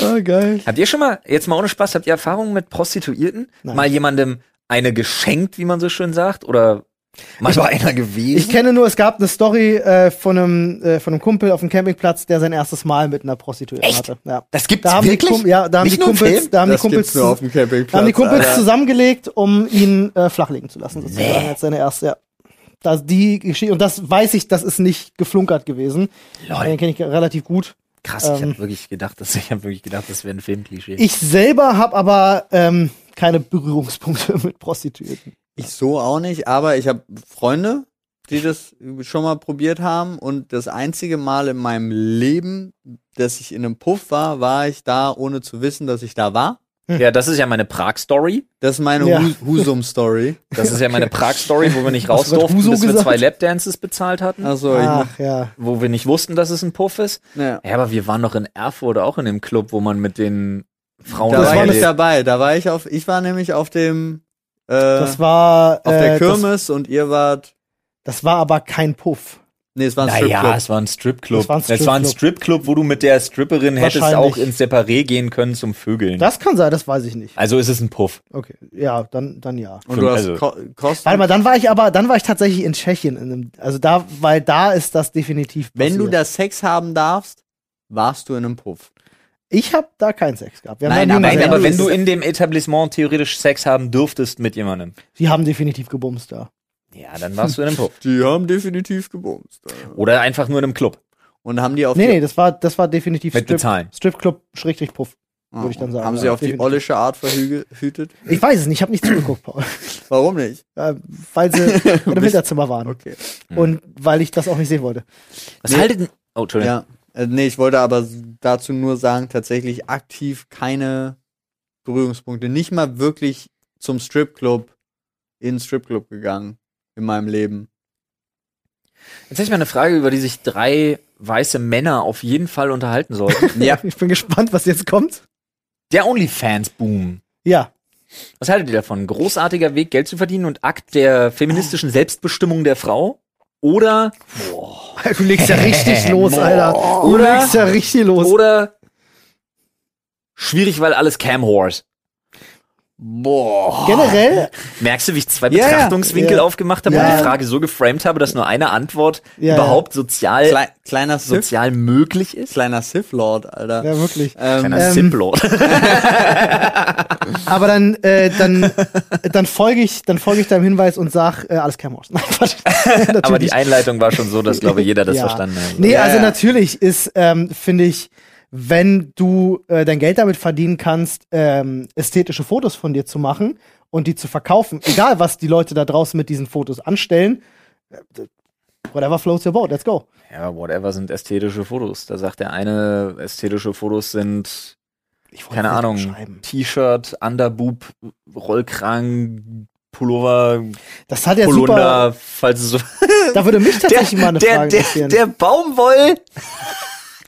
oh, geil. Habt ihr schon mal jetzt mal ohne Spaß, habt ihr Erfahrungen mit Prostituierten? Nein. Mal jemandem eine geschenkt, wie man so schön sagt, oder Mal war einer gewesen. Ich kenne nur, es gab eine Story äh, von, einem, äh, von einem Kumpel auf dem Campingplatz, der sein erstes Mal mit einer Prostituierten Echt? hatte. Ja. das gibt's Da haben, die, wirklich? Kum ja, da haben Nicht die nur im Kumpels, Film? da haben die Das Kumpels, gibt's nur auf da dem Campingplatz. haben die Kumpels Alter. zusammengelegt, um ihn äh, flachlegen zu lassen, sozusagen, Nee. als seine erste, ja. Das, die Geschichte, und das weiß ich, das ist nicht geflunkert gewesen. Lol. Den kenne ich relativ gut. Krass, ich Ähm. habe wirklich gedacht, dass ich habe wirklich gedacht, das wäre ein Filmklischee. Ich selber habe aber ähm, keine Berührungspunkte mit Prostituierten. Ich so auch nicht, aber ich habe Freunde, die das schon mal probiert haben und das einzige Mal in meinem Leben, dass ich in einem Puff war, war ich da, ohne zu wissen, dass ich da war. ja, das ist ja meine Prag-Story. Das ist meine Ja. Hus- Husum-Story. Das ist ja meine Prag-Story, wo wir nicht raus Was wird durften, Huso bis wir gesagt? zwei Lapdances bezahlt hatten, Also, Ach ja. wo wir nicht wussten, dass es ein Puff ist. ich, ja. Ja, aber wir waren noch in Erfurt auch in dem Club, wo man mit den Frauen da war war ich das- dabei. Da war ich auf, ich war nämlich auf dem, äh, Das war, auf äh, der das, Kirmes und ihr wart das war aber kein Puff. Nee, es war ein naja, Stripclub. es war ein Stripclub. Es war ein Es war ein Stripclub, wo du mit der Stripperin hättest Wahrscheinlich. auch ins Separé gehen können zum Vögeln. Das kann sein, das weiß ich nicht. also ist es ein Puff. Okay, ja, dann, dann ja. Und du hast Also- Ko Kosten. Warte mal, dann war ich aber, dann war ich tatsächlich in Tschechien. In einem, also da, weil da ist das definitiv. Wenn du passiert. da Sex haben darfst, warst du in einem Puff. ich habe da keinen Sex gehabt. Wir haben Nein, da aber- nur Nein, gesehen. aber du- wenn du in dem Etablissement theoretisch Sex haben dürftest mit jemandem, die haben definitiv gebumst da. ja, dann warst du in einem Puff. Die haben definitiv gebumst. Oder einfach nur in einem Club Und haben die auf Nee, die, nee, das war, das war definitiv mit bezahlen. Stripclub schrägstrich Puff. Ah, würde ich dann sagen, Haben sie ja, auf die definitiv. ollische Art verhüge- verhütet? Ich weiß es nicht, ich habe nicht zugeguckt, Paul. Warum nicht? Äh, weil sie in dem Hinterzimmer waren. Okay. Und weil ich das auch nicht sehen wollte. Was Nee. haltet denn? Oh, Entschuldigung. Ja. Äh, nee, ich wollte aber dazu nur sagen, tatsächlich aktiv keine Berührungspunkte. Nicht mal wirklich zum Stripclub, in den Stripclub gegangen in meinem Leben. Jetzt hätte ich mal eine Frage, über die sich drei weiße Männer auf jeden Fall unterhalten sollten. Ja. Ich bin gespannt, was jetzt kommt. Der OnlyFans-Boom. Ja. Was haltet ihr davon? Großartiger Weg, Geld zu verdienen und Akt der feministischen Selbstbestimmung der Frau? Oder, Du legst ja richtig los, Alter. Du Oder- legst ja richtig los. oder schwierig, weil alles Cam-Horse. Boah. Generell, Merkst du, wie ich zwei Ja, ja. Betrachtungswinkel Ja. aufgemacht habe Ja. und die Frage so geframed habe, dass nur eine Antwort Ja, überhaupt sozial, Klei kleiner Sith, sozial möglich ist? kleiner Sith-Lord, Alter. ja wirklich. Ähm, Kleiner ähm, Simplord. Aber dann, äh, dann, dann folge ich, dann folge ich deinem Hinweis und sag, äh, alles kein Mord. Nein, Quatsch. Aber Natürlich. die Einleitung war schon so, dass glaube ich jeder das Ja. verstanden hat. Nee, Ja, also ja. natürlich ist, ähm, finde ich, wenn du äh, dein Geld damit verdienen kannst, ähm, ästhetische Fotos von dir zu machen und die zu verkaufen, egal was die Leute da draußen mit diesen Fotos anstellen, äh, whatever floats your boat, let's go. Ja, whatever sind ästhetische Fotos. Da sagt der eine, ästhetische Fotos sind, Ich wollte keine nicht Ahnung, beschreiben. T-Shirt, Underboob, Rollkragen, Pullover, Das hat ja super. Polunder, falls es so. Da würde mich tatsächlich mal eine Frage interessieren. Baumwoll.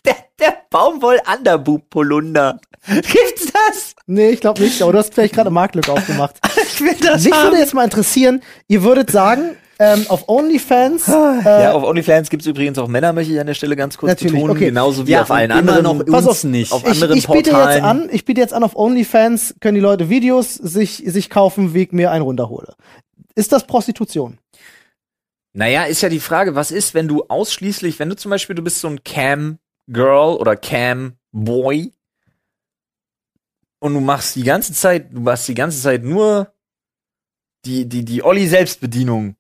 Der, der Baumwoll-Underboob-Polunder. Gibt's das? nee, ich glaube nicht, aber du hast vielleicht gerade Marktlück aufgemacht. Ich will das Mich würde jetzt mal interessieren, ihr würdet sagen, ähm, auf OnlyFans, Ah, Ja, auf OnlyFans gibt's übrigens auch Männer, möchte ich an der Stelle ganz kurz Äh, Natürlich, betonen. okay. Genauso wie Ja, auf allen und immer anderen. noch Pass auf, uns nicht. auf ich, anderen ich biete jetzt Portalen. an, ich biete jetzt an, auf OnlyFans können die Leute Videos sich, sich kaufen, wie ich mir einen runterhole. Ist das Prostitution? Naja, ist ja die Frage, was ist, wenn du ausschließlich, wenn du zum Beispiel, du bist so ein Cam-Girl oder Cam-Boy und du machst die ganze Zeit, du machst die ganze Zeit nur die, die, die Olli-Selbstbedienung,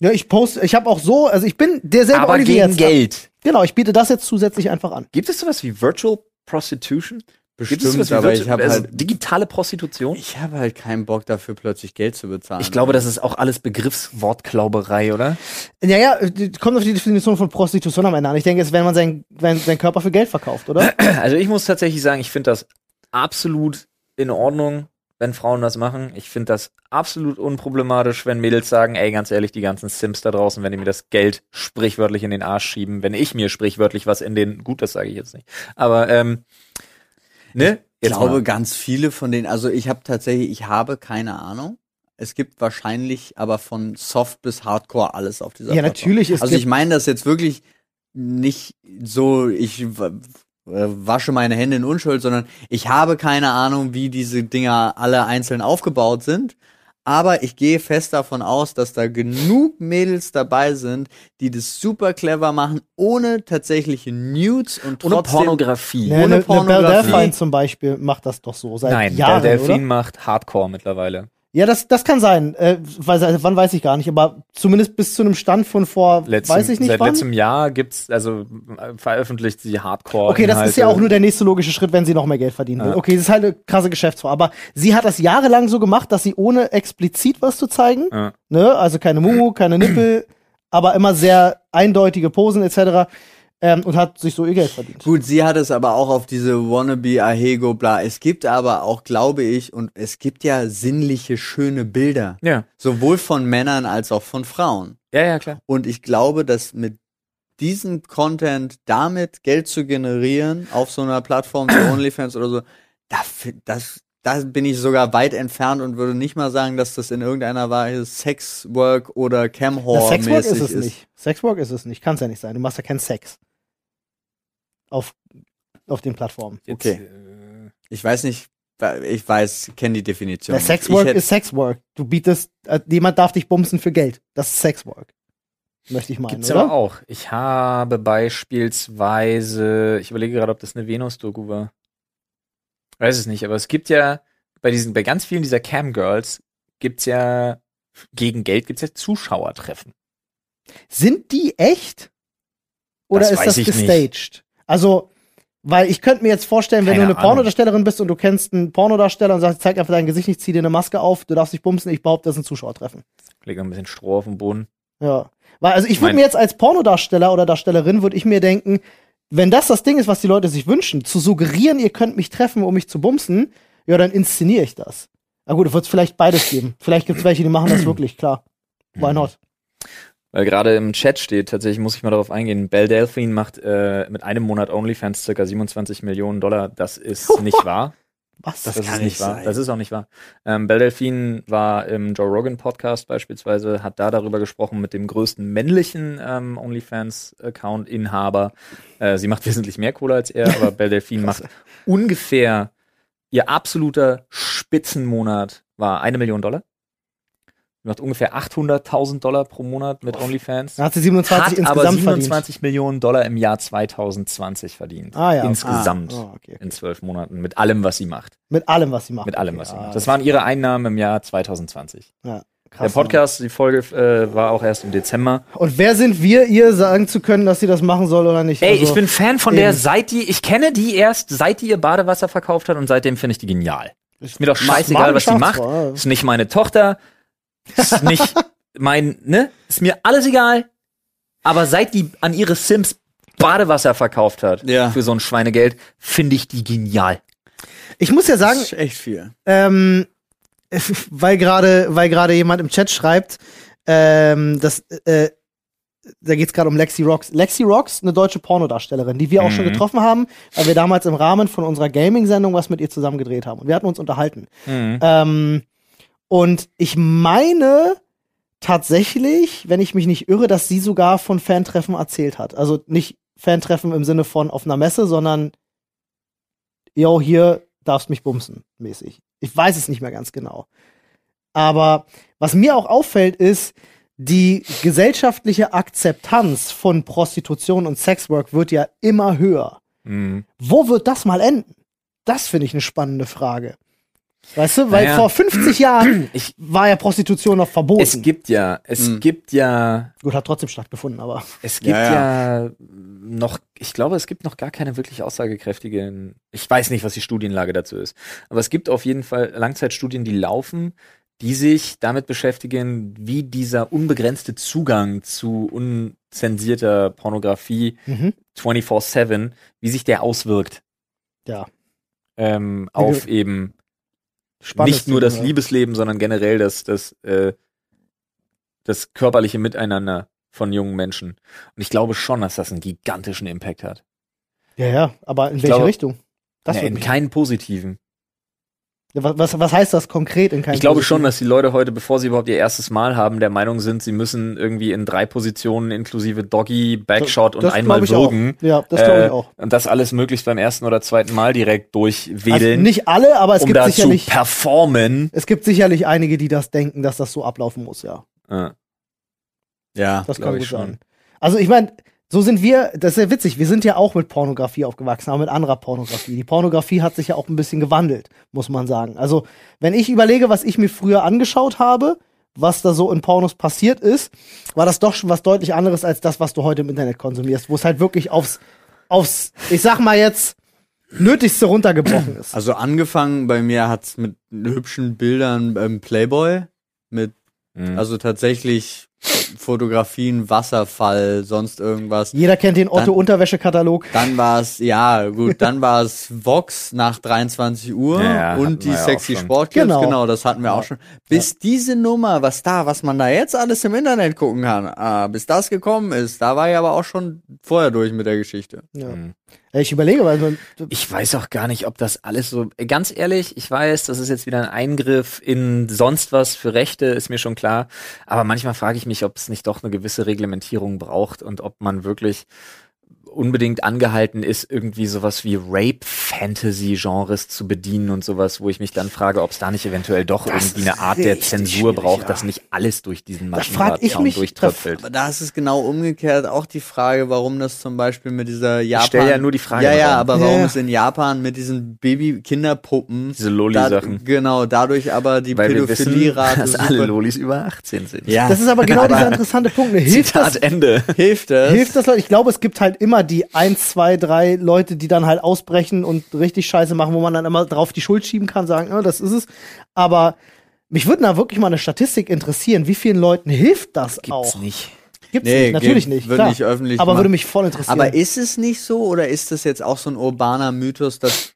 Ja, ich poste, ich habe auch so, also ich bin derselbe aber Olli wie gegen jetzt. Geld. Genau, ich biete das jetzt zusätzlich einfach an. Gibt es sowas wie Virtual Prostitution? Gibt es bestimmt, aber ich habe also halt, digitale Prostitution? ich habe halt keinen Bock dafür, plötzlich Geld zu bezahlen. Ich glaube, das ist auch alles Begriffswortklauberei, oder? Ja, ja, äh, kommt auf die Definition von Prostitution am Ende an. Ich denke, es ist, wenn man seinen wenn, seinen Körper für Geld verkauft, oder? Also ich muss tatsächlich sagen, ich finde das absolut in Ordnung, wenn Frauen das machen. Ich finde das absolut unproblematisch, wenn Mädels sagen, ey, ganz ehrlich, die ganzen Sims da draußen, wenn die mir das Geld sprichwörtlich in den Arsch schieben, wenn ich mir sprichwörtlich was in den, gut, das sage ich jetzt nicht, aber ähm, ne? Ich Jetzt glaube, mal. ganz viele von denen, also ich habe tatsächlich, ich habe keine Ahnung. Es gibt wahrscheinlich aber von Soft bis Hardcore alles auf dieser Ja, Plattform. natürlich. Es Also ich gibt- meine das jetzt wirklich nicht so, ich w- w- wasche meine Hände in Unschuld, sondern ich habe keine Ahnung, wie diese Dinger alle einzeln aufgebaut sind. Aber ich gehe fest davon aus, dass da genug Mädels dabei sind, die das super clever machen, ohne tatsächliche Nudes und trotzdem Ohne Pornografie. ne, ohne ne, ne Belle Pornografie. Delphine zum Beispiel macht das doch so seit Nein, Jahren, der oder? Delfin macht Hardcore mittlerweile. Ja, das, das kann sein. Äh, weiß, also wann weiß ich gar nicht, aber zumindest bis zu einem Stand von vor, Letztem, weiß ich nicht seit wann. letztem Jahr gibt's also äh, veröffentlicht sie Hardcore. Okay, das ist ja auch Inhalte. nur der nächste logische Schritt, wenn sie noch mehr Geld verdienen will. halt, Ja. Okay, das ist halt eine krasse Geschäftsform. Aber sie hat das jahrelang so gemacht, dass sie ohne explizit was zu zeigen, Ja. ne, also keine Mumu, keine Nippel, aber immer sehr eindeutige Posen etc. Ähm, und hat sich so ihr Geld verdient. Gut, sie hat es aber auch auf diese wannabe Ahego bla. Es gibt aber auch, glaube ich, und es gibt ja sinnliche, schöne Bilder. Ja, Sowohl von Männern als auch von Frauen. ja, ja, klar. Und ich glaube, dass mit diesem Content damit Geld zu generieren auf so einer Plattform wie OnlyFans oder so, da, fi- das, da bin ich sogar weit entfernt und würde nicht mal sagen, dass das in irgendeiner Weise Sexwork oder Na, Camhor Sexwork ist mäßig es ist. nicht. Sexwork ist es nicht. Kann es ja nicht sein. Du machst ja keinen Sex. Auf, auf den Plattformen. Jetzt, Okay. äh, Ich weiß nicht, ich weiß, kenne die Definition. Na, nicht. Sexwork ich hätte- ist Sexwork. Du bietest, äh, jemand darf dich bumsen für Geld. Das ist Sexwork. Möchte ich meinen, Gibt's oder? aber auch. Ich habe beispielsweise, ich überlege gerade, ob das eine Venus-Doku war. Weiß es nicht, aber es gibt ja bei diesen, bei ganz vielen dieser Cam-Girls gibt's ja gegen Geld gibt's ja Zuschauertreffen. Sind die echt? Oder Das ist weiß das ich nicht. gestaged? Also, weil ich könnte mir jetzt vorstellen, wenn Keine du eine Ahnung. Pornodarstellerin bist und du kennst einen Pornodarsteller und sagst, zeig einfach dein Gesicht nicht, zieh dir eine Maske auf, du darfst dich bumsen, ich behaupte, das ist ein Zuschauertreffen. Ich lege ein bisschen Stroh auf den Boden. Ja. Weil, also ich würde Mein- mir jetzt als Pornodarsteller oder Darstellerin, würde ich mir denken, wenn das das Ding ist, was die Leute sich wünschen, zu suggerieren, ihr könnt mich treffen, um mich zu bumsen, ja, dann inszeniere ich das. Na gut, wird es vielleicht beides geben. Vielleicht gibt es welche, die machen das wirklich, klar. Why not? Weil gerade im Chat steht, tatsächlich muss ich mal darauf eingehen, Belle Delphine macht äh, mit einem Monat OnlyFans circa 27 Millionen Dollar. Das ist nicht wahr. Was? Das, Das ist kann nicht nicht wahr. sein. Das ist auch nicht wahr. Ähm, Belle Delphine war im Joe Rogan Podcast beispielsweise, hat da darüber gesprochen mit dem größten männlichen ähm, OnlyFans-Account-Inhaber. Äh, sie macht wesentlich mehr Kohle als er, aber Belle Delphine macht ungefähr ihr absoluter Spitzenmonat war eine Million Dollar. Sie macht ungefähr 800.000 Dollar pro Monat mit OnlyFans Da hat sie 27 hat insgesamt aber verdient. 27 Millionen Dollar im Jahr 2020 verdient. Ah, ja. Insgesamt. Ah, oh, okay. In zwölf Monaten. Mit allem, was sie macht. Mit allem, was sie macht. Mit allem, was sie Okay, macht. ah, Das waren ihre Einnahmen im Jahr 2020. krass. ne? Der Podcast, die Folge äh, war auch erst im Dezember. Und wer sind wir, ihr sagen zu können, dass sie das machen soll oder nicht? Ey, Also, ich bin Fan von der, eben. seit die, ich kenne die erst, seit die ihr Badewasser verkauft hat und seitdem finde ich die genial. Ist mir doch scheißegal, was die macht. Geschäftsfrau, ja. Ist nicht meine Tochter. Ist nicht mein, ne? Ist mir alles egal. Aber seit die an ihre Sims Badewasser verkauft hat Ja. für so ein Schweinegeld, finde ich die genial. Ich muss ja Das sagen, ist echt viel. ähm, weil gerade weil gerade jemand im Chat schreibt, ähm, dass äh, da geht's gerade um Lexi Rocks. Lexi Rocks, eine deutsche Pornodarstellerin, die wir auch schon getroffen haben, weil wir damals im Rahmen von unserer Gaming-Sendung was mit ihr zusammen gedreht haben. Und wir hatten uns unterhalten. Mhm. Ähm, und ich meine tatsächlich, wenn ich mich nicht irre, dass sie sogar von Fantreffen erzählt hat. Also nicht Fantreffen im Sinne von auf einer Messe, sondern yo, hier darfst mich bumsen, mäßig. Ich weiß es nicht mehr ganz genau. Aber was mir auch auffällt, ist, die gesellschaftliche Akzeptanz von Prostitution und Sexwork wird ja immer höher. Mhm. Wo wird das mal enden? Das finde ich eine spannende Frage. Weißt du, weil Naja. vor 50 Jahren Ich- war ja Prostitution noch verboten. Es gibt ja, es Mhm. gibt ja, Gut, hat trotzdem stattgefunden, aber es gibt Ja, ja. noch, ich glaube, es gibt noch gar keine wirklich aussagekräftigen, ich weiß nicht, was die Studienlage dazu ist, aber es gibt auf jeden Fall Langzeitstudien, die laufen, die sich damit beschäftigen, wie dieser unbegrenzte Zugang zu unzensierter Pornografie mhm. 24-7, wie sich der auswirkt. Ja. Ähm, auf eben Spannendes nicht nur das Thema, ja. Liebesleben, sondern generell das, das, äh, das körperliche Miteinander von jungen Menschen. Und ich glaube schon, dass das einen gigantischen Impact hat. ja, ja, aber in welche glaube- Richtung? Das ja, wird in mich- keinen positiven. was, was, was heißt das konkret in keinem ich glaube schon, dass die Leute heute, bevor sie überhaupt ihr erstes Mal haben, der Meinung sind, sie müssen irgendwie in drei Positionen inklusive Doggy, Backshot und das einmal glaub ich auch. würgen. Ja, das glaube äh, ich auch. Und das alles möglichst beim ersten oder zweiten Mal direkt Also durchwedeln. nicht alle, aber es um gibt da zu sicherlich performen. es gibt sicherlich einige, die das denken, dass das so ablaufen muss, ja. Ja. Ja. Das kann glaub gut ich schon. sein. Also ich meine, so sind wir, das ist ja witzig, wir sind ja auch mit Pornografie aufgewachsen, aber mit anderer Pornografie. Die Pornografie hat sich ja auch ein bisschen gewandelt, muss man sagen. Also wenn ich überlege, was ich mir früher angeschaut habe, was da so in Pornos passiert ist, war das doch schon was deutlich anderes als das, was du heute im Internet konsumierst, wo es halt wirklich aufs, aufs, ich sag mal jetzt, Nötigste runtergebrochen ist. Also angefangen bei mir hat's mit hübschen Bildern beim Playboy, mit Mhm. also tatsächlich Fotografien, Wasserfall, sonst irgendwas. Jeder kennt den Otto-Unterwäschekatalog. Dann war's ja gut, dann war's Vox nach 23 Uhr Ja, ja, hatten und die wir ja auch sexy schon. Sportclips, Genau. genau. das hatten wir auch schon. Bis diese Nummer, was da, was man da jetzt alles im Internet gucken kann, ah, bis das gekommen ist, da war ich aber auch schon vorher durch mit der Geschichte. Ja. Ich überlege, weil man, Ich weiß auch gar nicht, ob das alles so. Ganz ehrlich, ich weiß, das ist jetzt wieder ein Eingriff in sonst was für Rechte, ist mir schon klar. Aber manchmal frage ich mich, ob es nicht doch eine gewisse Reglementierung braucht und ob man wirklich unbedingt angehalten ist, irgendwie sowas wie Rape-Fantasy-Genres zu bedienen und sowas, wo ich mich dann frage, ob es da nicht eventuell doch irgendwie eine Art der Zensur braucht, dass nicht alles durch diesen frag ich Maschendrahtzaun mich- da- durchtröpfelt. Aber da ist es genau umgekehrt auch die Frage, warum das zum Beispiel mit dieser Japan. stell ja nur die Frage Ja, im ja, Raum. aber warum Ja. es in Japan mit diesen Baby-Kinderpuppen. Diese Loli-Sachen. da- Genau, dadurch aber die Weil wir wissen, Pädophilierate dass alle super- Lolis über 18 sind. Ja, das ist aber genau dieser interessante Punkt. ne? Hilft das Zitat Ende. hilft das. Hilft das Leute? Ich glaube, es gibt halt immer die ein, zwei, drei Leute, die dann halt ausbrechen und richtig Scheiße machen, wo man dann immer drauf die Schuld schieben kann, sagen, ja, das ist es. Aber mich würde da wirklich mal eine Statistik interessieren, wie vielen Leuten hilft das auch? nicht. Gibt's Nee, nicht, natürlich gibt- nicht. wird Klar. nicht öffentlich aber gemacht. würde mich voll interessieren. Aber ist es nicht so oder ist das jetzt auch so ein urbaner Mythos, dass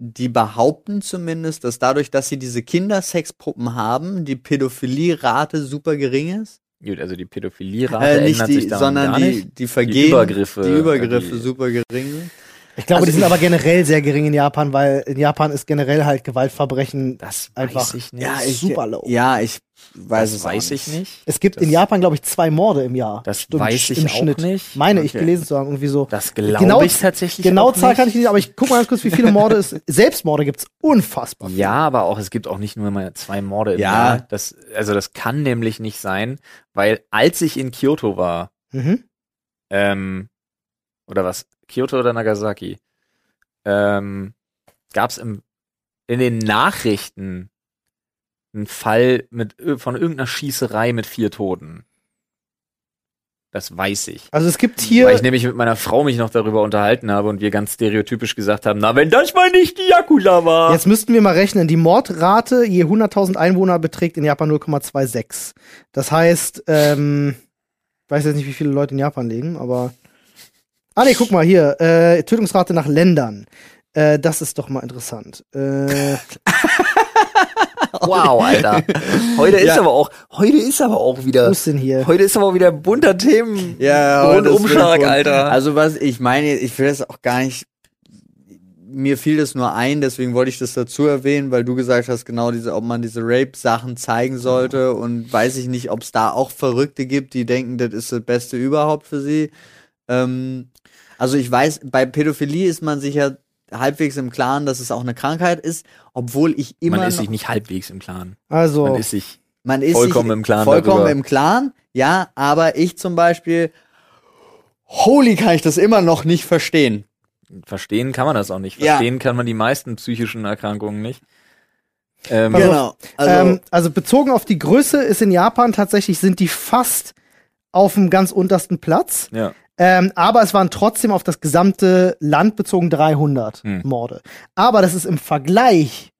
die behaupten zumindest, dass dadurch, dass sie diese Kindersexpuppen haben, die Pädophilierate super gering ist? Gut, also die Pädophilierate Äh, nicht ändert die, sich da sondern gar die, nicht. die Vergehen. Übergriffe, äh, Die Übergriffe die- super gering. Ich glaube, also die sind aber generell sehr gering in Japan, weil in Japan ist generell halt Gewaltverbrechen Das einfach weiß ich nicht. ja, super low. Ja, ich weiß das es auch weiß ich nicht. nicht. Es gibt in Das- Japan, glaube ich, zwei Morde im Jahr. Das Stimmt, weiß ich im auch Schnitt. nicht. Meine ich Okay. gelesen zu haben, irgendwie so. Das glaube Genau- ich tatsächlich genau auch Zahl nicht. kann ich nicht, aber ich guck mal ganz kurz, wie viele Morde es Selbstmorde gibt's unfassbar. Ja, aber auch, es gibt auch nicht nur mal zwei Morde im Ja. Jahr. Das, also das kann nämlich nicht sein, weil als ich in Kyoto war, Mhm. ähm, oder was, Kyoto oder Nagasaki, ähm, gab es in den Nachrichten einen Fall mit, von irgendeiner Schießerei mit vier Toten. Das weiß ich. Also es gibt Weil ich hier nämlich mit meiner Frau mich noch darüber unterhalten habe und wir ganz stereotypisch gesagt haben, na, wenn das mal nicht die Yakula war. Jetzt müssten wir mal rechnen. Die Mordrate je 100.000 Einwohner beträgt in Japan 0,26. Das heißt, ähm, ich weiß jetzt nicht, wie viele Leute in Japan leben, aber. Ah, nee, guck mal hier. Äh, Tötungsrate nach Ländern. Äh, das ist doch mal interessant. Äh, Wow, Alter. Heute Ja. äh, ist aber auch, heute ist aber auch wo Äh, wieder, ist denn hier? heute ist aber auch wieder ein bunter Themen. Ja, Und heute ist Umschlag, wirklich- Alter. Also was ich meine, ich will das auch gar nicht. Mir fiel das nur ein, deswegen wollte ich das dazu erwähnen, weil du gesagt hast, genau diese, ob man diese Rape-Sachen zeigen sollte und weiß ich nicht, ob es da auch Verrückte gibt, die denken, das ist das Beste überhaupt für sie. Ähm, also ich weiß, bei Pädophilie ist man sich ja halbwegs im Klaren, dass es auch eine Krankheit ist, obwohl ich immer Man ist noch- sich nicht halbwegs im Klaren. Man Also, ist sich man ist Vollkommen sich im Klaren Vollkommen darüber. im Klaren, ja, aber ich zum Beispiel, holy, kann ich das immer noch nicht verstehen. verstehen kann man das auch nicht. Ja. Verstehen kann man die meisten psychischen Erkrankungen nicht. Ähm, Also, genau. Also, ähm, also bezogen auf die Größe ist in Japan tatsächlich sind die fast auf dem ganz untersten Platz. ja. Ähm, aber es waren trotzdem auf das gesamte Land bezogen 300 Hm. Morde. Aber das ist im Vergleich.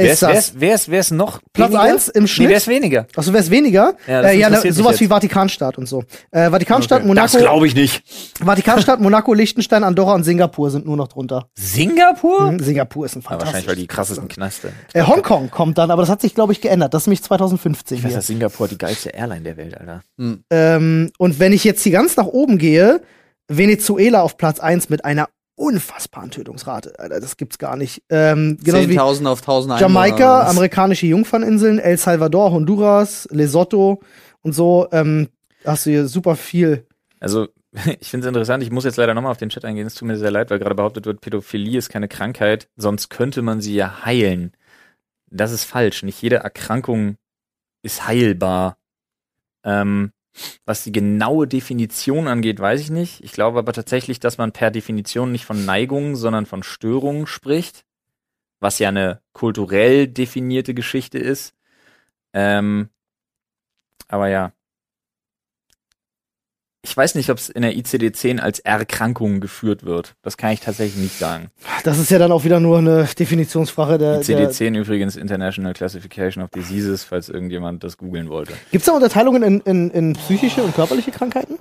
Wer Ist ist, wer das ist, wer ist, wer ist noch Platz weniger? 1 im Nee, wer Schnitt? ist weniger? Achso, wer ist weniger? Ja, das äh, ja interessiert ne, mich sowas jetzt. wie Vatikanstaat und so. Äh, Vatikanstaat, Monaco, glaube ich nicht. Vatikanstaat, Monaco, Liechtenstein, Andorra und Singapur sind nur noch drunter. Singapur? Hm, Singapur ist ein Ja, fantastisches. wahrscheinlich, weil die krassesten Knaste. äh, Hongkong kommt dann, aber das hat sich, glaube ich, geändert. Das ist nämlich 2015 Ich weiß, hier. dass Singapur die geilste Airline der Welt, Alter. Ähm, und wenn ich jetzt hier ganz nach oben gehe, Venezuela auf Platz 1 mit einer unfassbaren Tötungsrate. Alter, das gibt's gar nicht. Ähm, genauso wie 10.000 auf 1.000 Jamaika, Einwohner. amerikanische Jungferninseln, El Salvador, Honduras, Lesotho und so. Ähm, hast du hier super viel. Also, ich finde es interessant, ich muss jetzt leider nochmal auf den Chat eingehen, es tut mir sehr leid, weil gerade behauptet wird, Pädophilie ist keine Krankheit, sonst könnte man sie ja heilen. Das ist falsch, nicht jede Erkrankung ist heilbar. Ähm, was die genaue Definition angeht, weiß ich nicht. Ich glaube aber tatsächlich, dass man per Definition nicht von Neigungen, sondern von Störungen spricht, was ja eine kulturell definierte Geschichte ist. Ähm, aber ja, ich weiß nicht, ob es in der ICD-10 als Erkrankung geführt wird. Das kann ich tatsächlich nicht sagen. Das ist ja dann auch wieder nur eine Definitionsfrage der. der ICD-10 übrigens International Classification of Diseases, falls irgendjemand das googeln wollte. Gibt's da Unterteilungen in, in, in psychische und körperliche Krankheiten?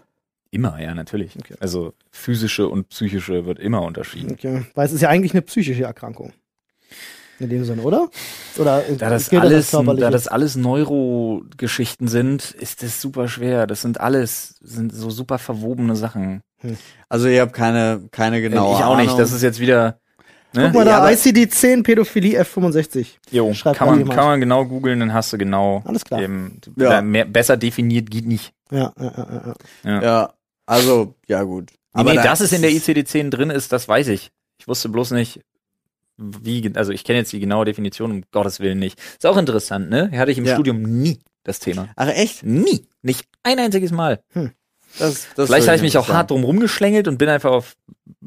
Immer, ja, natürlich. Also physische und psychische wird immer unterschieden. Okay. Weil es ist ja eigentlich eine psychische Erkrankung. In dem Sinne, oder? Oder äh, Da das, gilt alles, körperliche? da das alles Neurogeschichten sind, ist das super schwer. Das sind alles, sind so super verwobene Sachen. Also ihr habt keine, keine genaue ich auch nicht. Ahnung. Das ist jetzt wieder. Ne? Genau, Guck mal Ja, da, aber- ICD-10 Pädophilie F65. Jo, schreibt kann mal man, jemand. kann man genau googeln, dann hast du genau Alles klar. eben, Ja. da mehr, besser definiert geht nicht. Ja, ja, ja, ja, ja. ja, also, ja gut. Aber nee, da- dass es in der ICD-10 drin ist, das weiß ich. Ich wusste bloß nicht, wie, gen- also ich kenne jetzt die genaue Definition, um Gottes Willen nicht. Ist auch interessant, ne? Hatte ich im Ja. Studium nie das Thema. Ach echt? Nie. Nicht ein einziges Mal. Das, das Vielleicht würde habe ich mich auch interessant. hart drum rumgeschlängelt und bin einfach auf,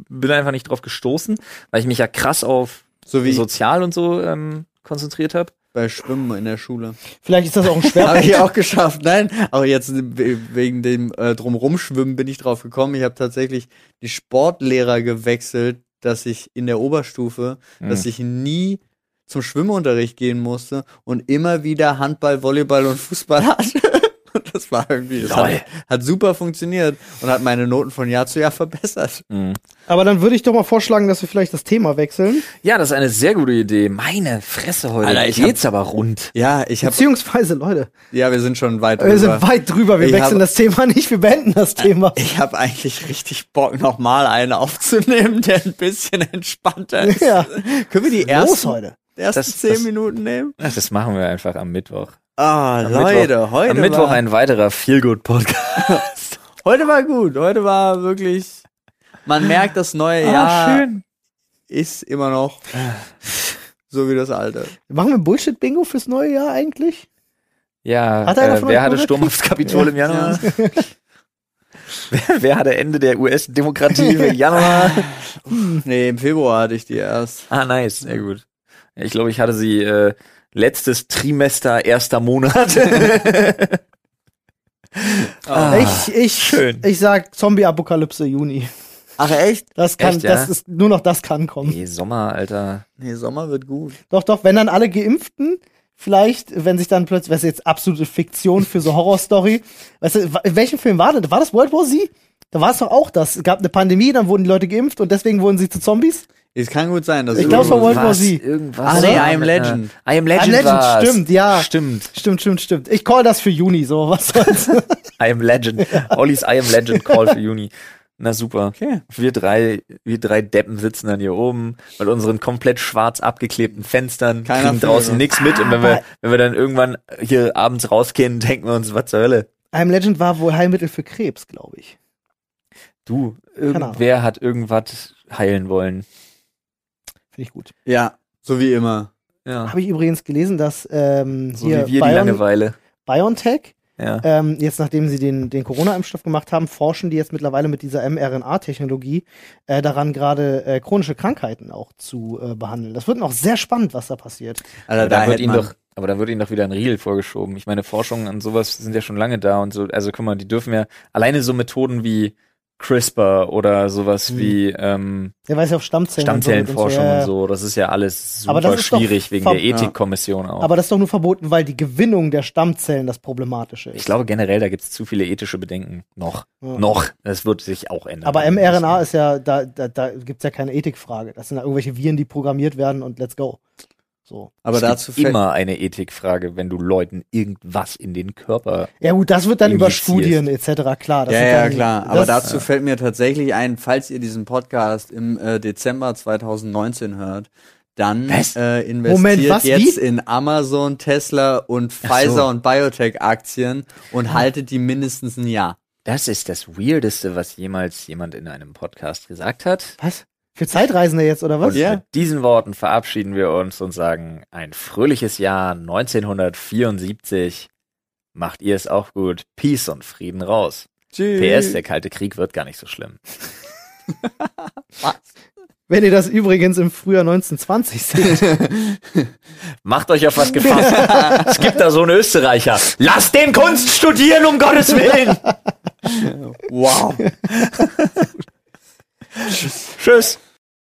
bin einfach nicht drauf gestoßen, weil ich mich ja krass auf So wie ich sozial und so ähm, konzentriert habe. bei Schwimmen in der Schule. Vielleicht ist das auch ein Schwerpunkt. Habe ich auch geschafft. Nein, aber jetzt we- wegen dem äh, Drumrumschwimmen bin ich drauf gekommen. Ich habe tatsächlich die Sportlehrer gewechselt, dass ich in der Oberstufe, dass Hm. ich nie zum Schwimmunterricht gehen musste und immer wieder Handball, Volleyball und Fußball hatte. Das war irgendwie, das hat, hat super funktioniert und hat meine Noten von Jahr zu Jahr verbessert. Aber dann würde ich doch mal vorschlagen, dass wir vielleicht das Thema wechseln. Ja, das ist eine sehr gute Idee. Meine Fresse heute. Alter, ich geht's aber rund. Ja, ich habe, Beziehungsweise, Leute, ja, wir sind schon weit wir sind weit drüber, wir Ich wechseln hab- das Thema nicht, wir beenden das Thema. Ich habe eigentlich richtig Bock, nochmal einen aufzunehmen, der ein bisschen entspannter ist. Ja. Können wir die Los ersten, heute. ersten Das- zehn das- Minuten nehmen? Ach, das machen wir einfach am Mittwoch. Ah, Leute, Mittwoch, heute am Mittwoch war, ein weiterer Feelgood-Podcast. heute war gut. Heute war wirklich, man merkt, das neue Jahr ist immer noch so wie das alte. Machen wir Bullshit-Bingo fürs neue Jahr eigentlich? Ja, Hat einer äh, von euch wer hatte Bürgerkrieg? Sturm aufs Kapitol im Januar? wer, wer hatte Ende der US-Demokratie im Januar? Nee, im Februar hatte ich die erst. Ah, nice, sehr gut. Ich glaube, ich hatte sie äh, letztes Trimester, erster Monat. ah, ich, ich, schön. ich sag Zombie-Apokalypse Juni. Ach echt? Das kann, Echt, ja? das ist, nur noch das kann kommen. Nee, Sommer, Alter. Nee, Sommer wird gut. Doch, doch, wenn dann alle Geimpften, vielleicht, wenn sich dann plötzlich, was jetzt absolute Fiktion für so Horrorstory, weißt du, wa- in welchem Film war das? War das World War Z? Da war es doch auch das. Es gab eine Pandemie, dann wurden die Leute geimpft und deswegen wurden sie zu Zombies. Es kann gut sein, dass Ich es glaub, es war irgendwo- World War Was? Z. Irgendwas. Ah, nee, war I Am mit Legend. einer- I am Legend, I Am Legend, war's. stimmt, ja. Stimmt. Stimmt, stimmt, stimmt. Ich call das für Juni, so was soll's. I am Legend. Ollis I am Legend Call für Juni. Na super. Okay. Wir drei, wir drei Deppen sitzen dann hier oben mit unseren komplett schwarz abgeklebten Fenstern, Keiner kriegen fühlt draußen es. nichts mit und wenn Ah. wir, wenn wir dann irgendwann hier abends rausgehen, denken wir uns, was zur Hölle? I'm Legend war wohl Heilmittel für Krebs, glaube ich. Du, Ahnung. irgendwer hat irgendwas heilen wollen. Finde ich gut. Ja, so wie immer. Ja. Habe ich übrigens gelesen, dass ähm, Ah. So hier wie wir die Bion Langeweile. BioNTech, Ja. ähm, jetzt nachdem sie den, den Corona-Impfstoff gemacht haben, forschen die jetzt mittlerweile mit dieser mRNA-Technologie äh, daran, gerade äh, chronische Krankheiten auch zu äh, behandeln. Das wird noch sehr spannend, was da passiert. Alter, Aber da wird hätte ihnen man- doch, aber da wird ihnen doch wieder ein Riegel vorgeschoben. Ich meine, Forschungen an sowas sind ja schon lange da und so, also guck mal, die dürfen ja alleine so Methoden wie CRISPR oder sowas wie, ähm, Der weiß ja auf Stammzellen. und Hm. so mit uns, Stammzellenforschung ja, ja. und so, das ist ja alles super Aber das ist doch schwierig wegen ver- der Ethikkommission auch. Aber das ist doch nur verboten, weil die Gewinnung der Stammzellen das Problematische ist. ich glaube generell, da gibt es zu viele ethische Bedenken. Noch. Ja. Noch. Das wird sich auch ändern. Aber mRNA ist ja, da, da, da gibt's ja keine Ethikfrage. Das sind ja irgendwelche Viren, die programmiert werden und let's go. So. Aber es dazu dazu gibt immer eine Ethikfrage, wenn du Leuten irgendwas in den Körper. Ja gut, das wird dann über Injiziert. Studien etc. klar. Das Ja, sind ja, dann, klar. Aber das- dazu fällt mir tatsächlich ein, falls ihr diesen Podcast im äh, Dezember 2019 hört, dann Was? äh, investiert Moment, was? jetzt Wie? in Amazon, Tesla und Pfizer und Biotech-Aktien und haltet die mindestens ein Jahr. Das ist das Weirdeste, was jemals jemand in einem Podcast gesagt hat. Was? Für Zeitreisende jetzt oder was? Und mit diesen Worten verabschieden wir uns und sagen, ein fröhliches Jahr 1974. Macht ihr es auch gut. Peace und Frieden raus. PS, der Kalte Krieg wird gar nicht so schlimm. Wenn ihr das übrigens im Frühjahr 1920 seht. Macht euch auf was gefasst. es gibt da so einen Österreicher. Lasst den Kunst studieren, um Gottes Willen. Wow. Tschüss.